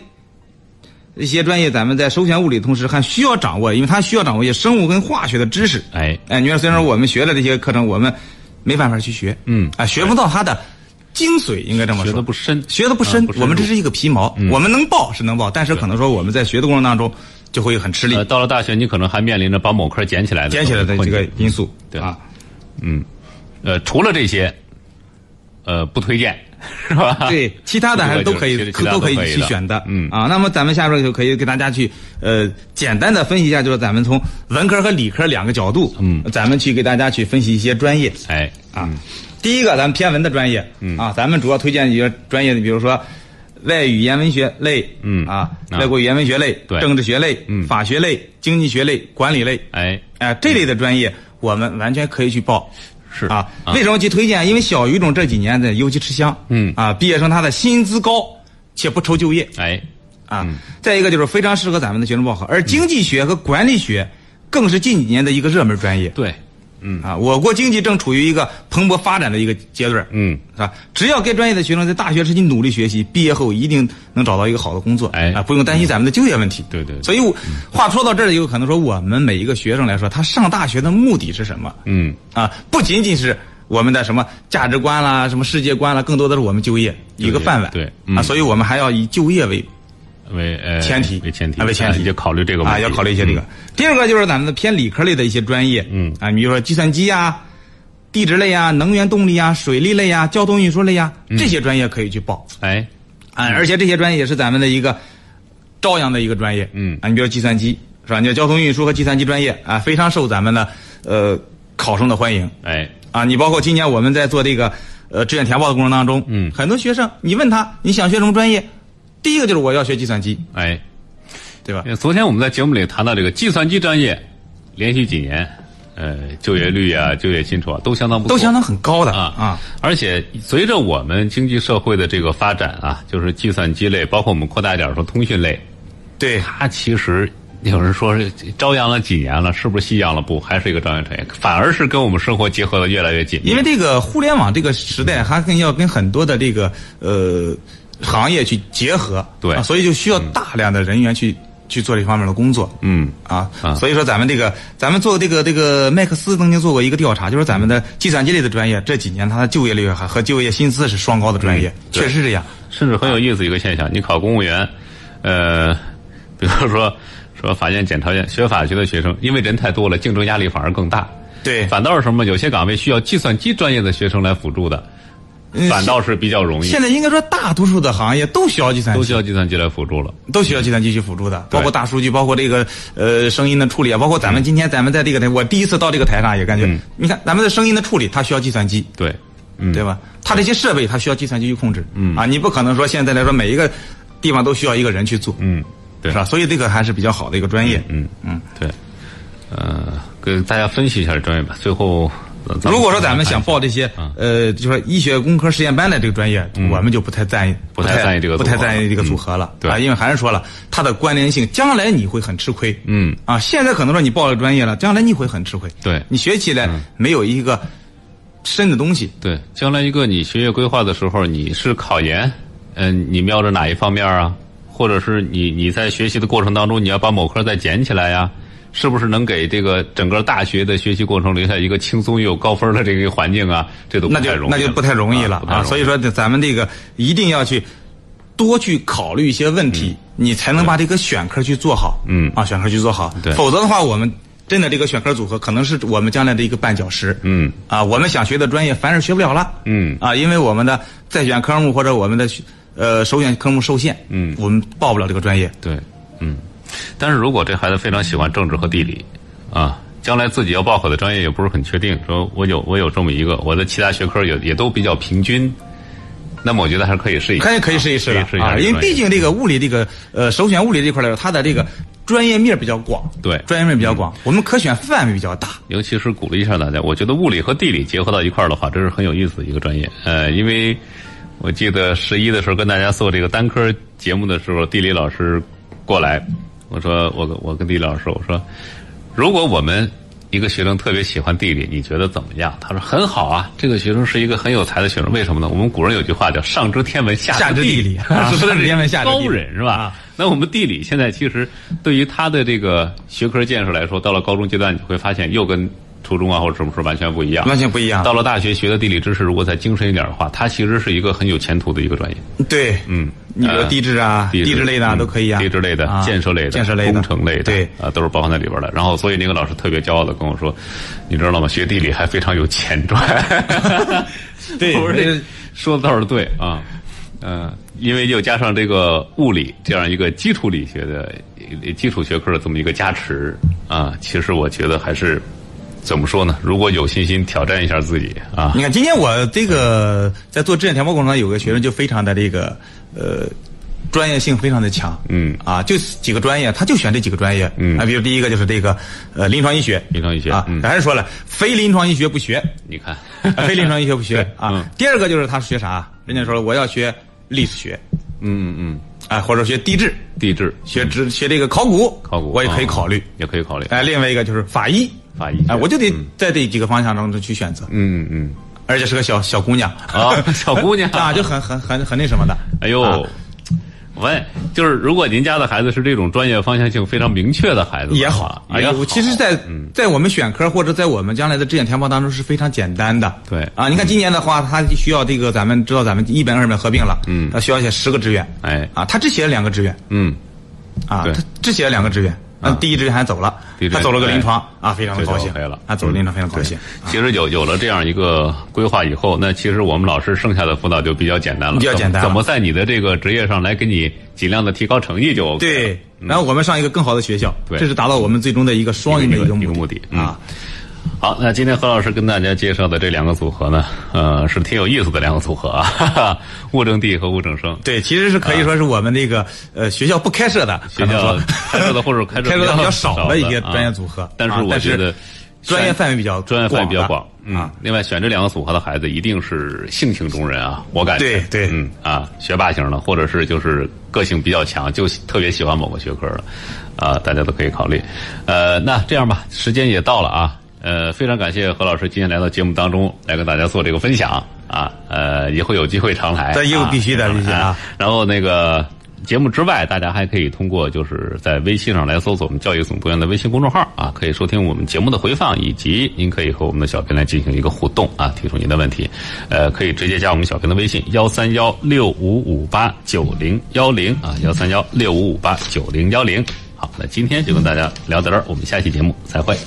Speaker 2: 一些专业，咱们在首选物理的同时，还需要掌握，因为它需要掌握一些生物跟化学的知识。
Speaker 1: 哎
Speaker 2: 哎，你说虽然说我们学了这些课程，我们没办法去学，
Speaker 1: 嗯
Speaker 2: 啊，学不到它的精髓，应该这么说。
Speaker 1: 学的不深，
Speaker 2: 学的不深，
Speaker 1: 啊不深入嗯
Speaker 2: 我们这是一个皮毛，我们能报是能报，但是可能说我们在学的过程当中就会很吃力
Speaker 1: 呃，，到了大学，你可能还面临着把某科捡起来的
Speaker 2: 捡起来的
Speaker 1: 困
Speaker 2: 这
Speaker 1: 境
Speaker 2: 个因素，
Speaker 1: 对
Speaker 2: 啊，
Speaker 1: 呃，除了这些，呃，不推荐，是 吧？
Speaker 2: 对，其他的还是都可
Speaker 1: 其
Speaker 2: 以，
Speaker 1: 实其他
Speaker 2: 都
Speaker 1: 可
Speaker 2: 以
Speaker 1: 的
Speaker 2: 去选的。
Speaker 1: 嗯
Speaker 2: 啊，那么咱们下边就可以给大家去呃简单的分析一下，就是咱们从文科和理科两个角度，
Speaker 1: 嗯
Speaker 2: 咱们去给大家去分析一些专业
Speaker 1: 哎，
Speaker 2: 啊。第一个，咱们偏文的专业，嗯啊，咱们主要推荐一些专业，比如说外语言文学类，
Speaker 1: 嗯
Speaker 2: 啊，
Speaker 1: 啊
Speaker 2: 外国语言文学类、
Speaker 1: 对
Speaker 2: 政治学类、
Speaker 1: 嗯
Speaker 2: 法学类、经济学类、管理类，
Speaker 1: 哎，
Speaker 2: 哎、这类的专业我们完全可以去报。
Speaker 1: 是
Speaker 2: 啊，为什么去推荐？因为小语种这几年的尤其吃香，
Speaker 1: 嗯
Speaker 2: 啊，毕业生他的薪资高且不愁就业
Speaker 1: 哎，
Speaker 2: 啊。再一个就是非常适合咱们的学生报考，而经济学和管理学更是近几年的一个热门专业。
Speaker 1: 对，
Speaker 2: 啊，我国经济正处于一个蓬勃发展的一个阶段，
Speaker 1: 嗯，
Speaker 2: 是吧？只要该专业的学生在大学时期努力学习，毕业后一定能找到一个好的工作，
Speaker 1: 哎
Speaker 2: 啊，不用担心咱们的就业问题。
Speaker 1: 对对对嗯
Speaker 2: 所以我话说到这儿，有可能说我们每一个学生来说，他上大学的目的是什么？
Speaker 1: 嗯，
Speaker 2: 啊，不仅仅是我们的什么价值观啦、什么世界观啦，更多的是我们就业一个饭碗。
Speaker 1: 对嗯
Speaker 2: 啊，所以我们还要以就业为
Speaker 1: 为呃
Speaker 2: 前提
Speaker 1: 为前提，
Speaker 2: 啊为哎前提
Speaker 1: 你就考虑这个问题
Speaker 2: 啊，要考虑一些这个。第二个就是咱们的偏理科类的一些专业，
Speaker 1: 嗯
Speaker 2: 啊，你比如说计算机啊、地质类啊、能源动力啊、水利类啊、交通运输类啊，
Speaker 1: 嗯
Speaker 2: 这些专业可以去报。
Speaker 1: 哎，
Speaker 2: 啊，而且这些专业也是咱们的一个朝阳的一个专业。
Speaker 1: 嗯
Speaker 2: 啊，你比如计算机是吧？你交通运输和计算机专业啊，非常受咱们的呃考生的欢迎。
Speaker 1: 哎，
Speaker 2: 啊，你包括今年我们在做这个呃志愿填报的过程当中，嗯，很多学生你问他你想学什么专业，第一个就是我要学计算机，
Speaker 1: 哎，
Speaker 2: 对吧？
Speaker 1: 昨天我们在节目里谈到这个计算机专业，连续几年，呃，就业率啊、就业薪酬啊都相当不错，
Speaker 2: 都相当很高的
Speaker 1: 啊
Speaker 2: 啊，！
Speaker 1: 而且随着我们经济社会的这个发展啊，就是计算机类，包括我们扩大一点说通讯类，
Speaker 2: 对
Speaker 1: 它其实有人说朝阳了几年了，是不是夕阳了？不，还是一个朝阳产业，反而是跟我们生活结合的越来越紧密。
Speaker 2: 因为这个互联网这个时代，还更要跟很多的这个呃行业去结合，
Speaker 1: 对
Speaker 2: 啊所以就需要大量的人员去去做这方面的工作，
Speaker 1: 嗯
Speaker 2: 啊
Speaker 1: 啊，
Speaker 2: 所以说咱们这个咱们做这个这个麦克斯曾经做过一个调查，就是咱们的计算机类的专业这几年它的就业率还和就业薪资是双高的专业，
Speaker 1: 对
Speaker 2: 确实是这样，
Speaker 1: 甚至很有意思一个现象，你考公务员，呃， 比如说说法院、检察院学法学的学生，因为人太多了，竞争压力反而更大。
Speaker 2: 对，
Speaker 1: 反倒是什么？有些岗位需要计算机专业的学生来辅助的，
Speaker 2: 嗯
Speaker 1: 反倒是比较容易，
Speaker 2: 现在应该说大多数的行业都需要计算
Speaker 1: 都
Speaker 2: 机
Speaker 1: 需。要计算机来辅助了。
Speaker 2: 都需要计算机去辅助的，
Speaker 1: 对
Speaker 2: 包括大数据，包括这个呃声音的处理啊，包括咱们今天咱们在这个台，我第一次到这个台上也感觉，
Speaker 1: 嗯
Speaker 2: 你看咱们的声音的处理，它需要计算机，
Speaker 1: 对，嗯，
Speaker 2: 对吧？它这些设备它需要计算机去控制，嗯啊，你不可能说现在来说每一个地方都需要一个人去做，
Speaker 1: 嗯，对
Speaker 2: 是吧？啊所以这个还是比较好的一个专业，
Speaker 1: 嗯
Speaker 2: 嗯。
Speaker 1: 对，呃，给大家分析一下这专业吧。最后，呃
Speaker 2: 如果说咱们想报这些
Speaker 1: 嗯，
Speaker 2: 呃，就说医学工科实验班的这个专业，我们就不太在意，
Speaker 1: 不太在意这个
Speaker 2: 不
Speaker 1: 组合嗯
Speaker 2: 太在意这个组合了，
Speaker 1: 对
Speaker 2: 啊，因为还是说了，它的关联性，将来你会很吃亏，
Speaker 1: 嗯，
Speaker 2: 啊，现在可能说你报了专业了，将来你会很吃亏，
Speaker 1: 对
Speaker 2: 你学起
Speaker 1: 嗯
Speaker 2: 来没有一个深的东西，
Speaker 1: 对，将来一个你学业规划的时候，你是考研，嗯、你瞄着哪一方面啊？或者是你你在学习的过程当中，你要把某科再捡起来呀、是不是能给这个整个大学的学习过程留下一个轻松又有高分的这个环境啊？这都不
Speaker 2: 那
Speaker 1: 太
Speaker 2: 就
Speaker 1: 容易
Speaker 2: 那就不太容易了
Speaker 1: 不太
Speaker 2: 啊。
Speaker 1: 容易
Speaker 2: 所以说，咱们这个一定要去多去考虑一些问题，你才能把这个选科去做好。
Speaker 1: 嗯
Speaker 2: 啊，选科去做好
Speaker 1: 对，
Speaker 2: 否则的话，我们真的这个选科组合可能是我们将来的一个绊脚石。
Speaker 1: 嗯
Speaker 2: 啊，我们想学的专业凡是学不了了。
Speaker 1: 嗯
Speaker 2: 啊，因为我们的在选科目或者我们的呃首选科目受限。
Speaker 1: 嗯
Speaker 2: 我们报不了这个专业。
Speaker 1: 对，嗯，但是如果这孩子非常喜欢政治和地理，啊，将来自己要报考的专业也不是很确定，说我有我有这么一个，我的其他学科也也都比较平均，那么我觉得还是可以试一下，
Speaker 2: 可以可以试一试了
Speaker 1: 可以试一下
Speaker 2: 啊，
Speaker 1: 这个
Speaker 2: 因为
Speaker 1: 专业
Speaker 2: 毕竟这个物理这个呃首选物理这块来说，它的这个专业面比较广，
Speaker 1: 对嗯
Speaker 2: 专业面比较广，我们可选范围比较大。
Speaker 1: 尤其是鼓励一下大家，我觉得物理和地理结合到一块儿的话，这是很有意思的一个专业。呃，因为我记得十一的时候跟大家做这个单科节目的时候，地理老师过来，我说我跟我跟地理老师我说，如果我们一个学生特别喜欢地理，你觉得怎么样？他说很好啊，这个学生是一个很有才的学生。为什么呢？我们古人有句话叫“上知天文，
Speaker 2: 下
Speaker 1: 知
Speaker 2: 知
Speaker 1: 地
Speaker 2: 地理啊
Speaker 1: 是不
Speaker 2: 上知
Speaker 1: 是
Speaker 2: 天文下知地
Speaker 1: 高
Speaker 2: 理
Speaker 1: 人是吧？
Speaker 2: 啊
Speaker 1: 那我们地理现在其实对于他的这个学科建设来说，到了高中阶段，你会发现又跟初中啊或者什么时候完全不一样。
Speaker 2: 完全不一样
Speaker 1: 啊到了大学学的地理知识，如果再精深一点的话，它其实是一个很有前途的一个专业。
Speaker 2: 对，
Speaker 1: 嗯
Speaker 2: 你比如
Speaker 1: 呃
Speaker 2: 地质啊、
Speaker 1: 地
Speaker 2: 地质类的啊
Speaker 1: 嗯
Speaker 2: 都可以啊，
Speaker 1: 地质类的
Speaker 2: 啊、
Speaker 1: 建设类的、
Speaker 2: 建设类的、
Speaker 1: 工程类的，
Speaker 2: 对，”
Speaker 1: 啊，都是包含在里边的。然后，所以那个老师特别骄傲的跟我说：“你知道吗？学地理还非常有钱赚。
Speaker 2: 对
Speaker 1: 我说这说的倒是对啊，嗯、因为又加上这个物理这样一个基础理学的呃基础学科的这么一个加持啊，其实我觉得还是怎么说呢？如果有信心挑战一下自己啊，
Speaker 2: 你看，今天我这个在做志愿填报过程中，有个学生就非常的这个呃。专业性非常的强，
Speaker 1: 嗯
Speaker 2: 啊，就几个专业，他就选这几个专业，
Speaker 1: 嗯
Speaker 2: 啊，比如第一个就是这个，呃，临床医学，
Speaker 1: 临床医学
Speaker 2: 啊
Speaker 1: 嗯，
Speaker 2: 还是说了，非临床医学不学，
Speaker 1: 你看，
Speaker 2: 啊非临床医学不学
Speaker 1: 嗯
Speaker 2: 啊。第二个就是他学啥，啊人家说了我要学历史学，
Speaker 1: 嗯嗯嗯，
Speaker 2: 啊，或者学地质，
Speaker 1: 地质
Speaker 2: 学知学这个考古，
Speaker 1: 嗯考古，
Speaker 2: 我也可以
Speaker 1: 啊
Speaker 2: 考虑。
Speaker 1: 也可以考虑。
Speaker 2: 哎，另外一个就是法医，
Speaker 1: 法医
Speaker 2: 哎，我就得
Speaker 1: 嗯
Speaker 2: 在这几个方向当中去选择，
Speaker 1: 嗯嗯
Speaker 2: 而且是个小小姑娘
Speaker 1: 啊小姑娘
Speaker 2: 啊，就很很很很那什么的。
Speaker 1: 嗯，哎呦，
Speaker 2: 啊
Speaker 1: 喂，就是如果您家的孩子是这种专业方向性非常明确的孩子的
Speaker 2: 也
Speaker 1: 话
Speaker 2: 好，
Speaker 1: 也
Speaker 2: 哎
Speaker 1: 好嗯
Speaker 2: 呦，其实在，在我们选科或者在我们将来的志愿填报当中是非常简单的。
Speaker 1: 对嗯
Speaker 2: 啊，你看今年的话，它需要这个咱们知道咱们一本二本合并了，
Speaker 1: 嗯
Speaker 2: 它需要写十个志愿，
Speaker 1: 哎
Speaker 2: 啊，他只写了两个志愿，
Speaker 1: 嗯，
Speaker 2: 啊，
Speaker 1: 对
Speaker 2: 他只写了两个志愿，那
Speaker 1: 啊
Speaker 2: 第一志愿还走了
Speaker 1: 第一，志
Speaker 2: 他
Speaker 1: 愿
Speaker 2: 走了个
Speaker 1: 哎
Speaker 2: 临床啊，非常的高兴
Speaker 1: 这就 OK 了，嗯
Speaker 2: 啊，走了临床非常高兴，
Speaker 1: 其实有有了这样一个规划以后，那其实我们老师剩下的辅导就比较简单了，
Speaker 2: 比较简单了
Speaker 1: 怎么在你的这个职业上来给你尽量的提高成绩就 OK 了
Speaker 2: 对，然后我们上一个更好的学校，
Speaker 1: 嗯对
Speaker 2: 这是达到我们最终的一个双赢的一个
Speaker 1: 一个
Speaker 2: 目
Speaker 1: 目的嗯
Speaker 2: 啊。
Speaker 1: 好，那今天何老师跟大家介绍的这两个组合呢，呃，是挺有意思的两个组合啊，哈哈， 物证地和物证生。
Speaker 2: 对，其实是可以说是我们这个呃学校不开设的，
Speaker 1: 啊学
Speaker 2: 可能
Speaker 1: 校
Speaker 2: 说
Speaker 1: 开设的或者开设
Speaker 2: 开设的
Speaker 1: 比
Speaker 2: 比
Speaker 1: 较
Speaker 2: 较少
Speaker 1: 的
Speaker 2: 的一些
Speaker 1: 啊
Speaker 2: 专业组合
Speaker 1: 但是
Speaker 2: 啊
Speaker 1: 我
Speaker 2: 但
Speaker 1: 觉
Speaker 2: 是
Speaker 1: 得
Speaker 2: 专业范围比较
Speaker 1: 专业范围比较
Speaker 2: 的啊
Speaker 1: 广嗯。另外，选这两个组合的孩子一定是性情中人啊，我感觉
Speaker 2: 对对
Speaker 1: 嗯啊，学霸型的，或者是就是个性比较强，就特别喜欢某个学科的，啊，大家都可以考虑。呃，那这样吧，时间也到了啊，呃，非常感谢何老师今天来到节目当中来跟大家做这个分享啊，呃，以后有机会常来，
Speaker 2: 对以后
Speaker 1: 啊
Speaker 2: 必须的必须啊。
Speaker 1: 然后那个节目之外，大家还可以通过就是在微信上来搜索我们教育总动员的微信公众号啊，可以收听我们节目的回放，以及您可以和我们的小编来进行一个互动啊，提出您的问题，呃，可以直接加我们小编的微信幺三幺六五五八九零幺零啊，幺三幺六五五八九零幺零。好，那今天就跟大家聊到这儿，我们下期节目再会。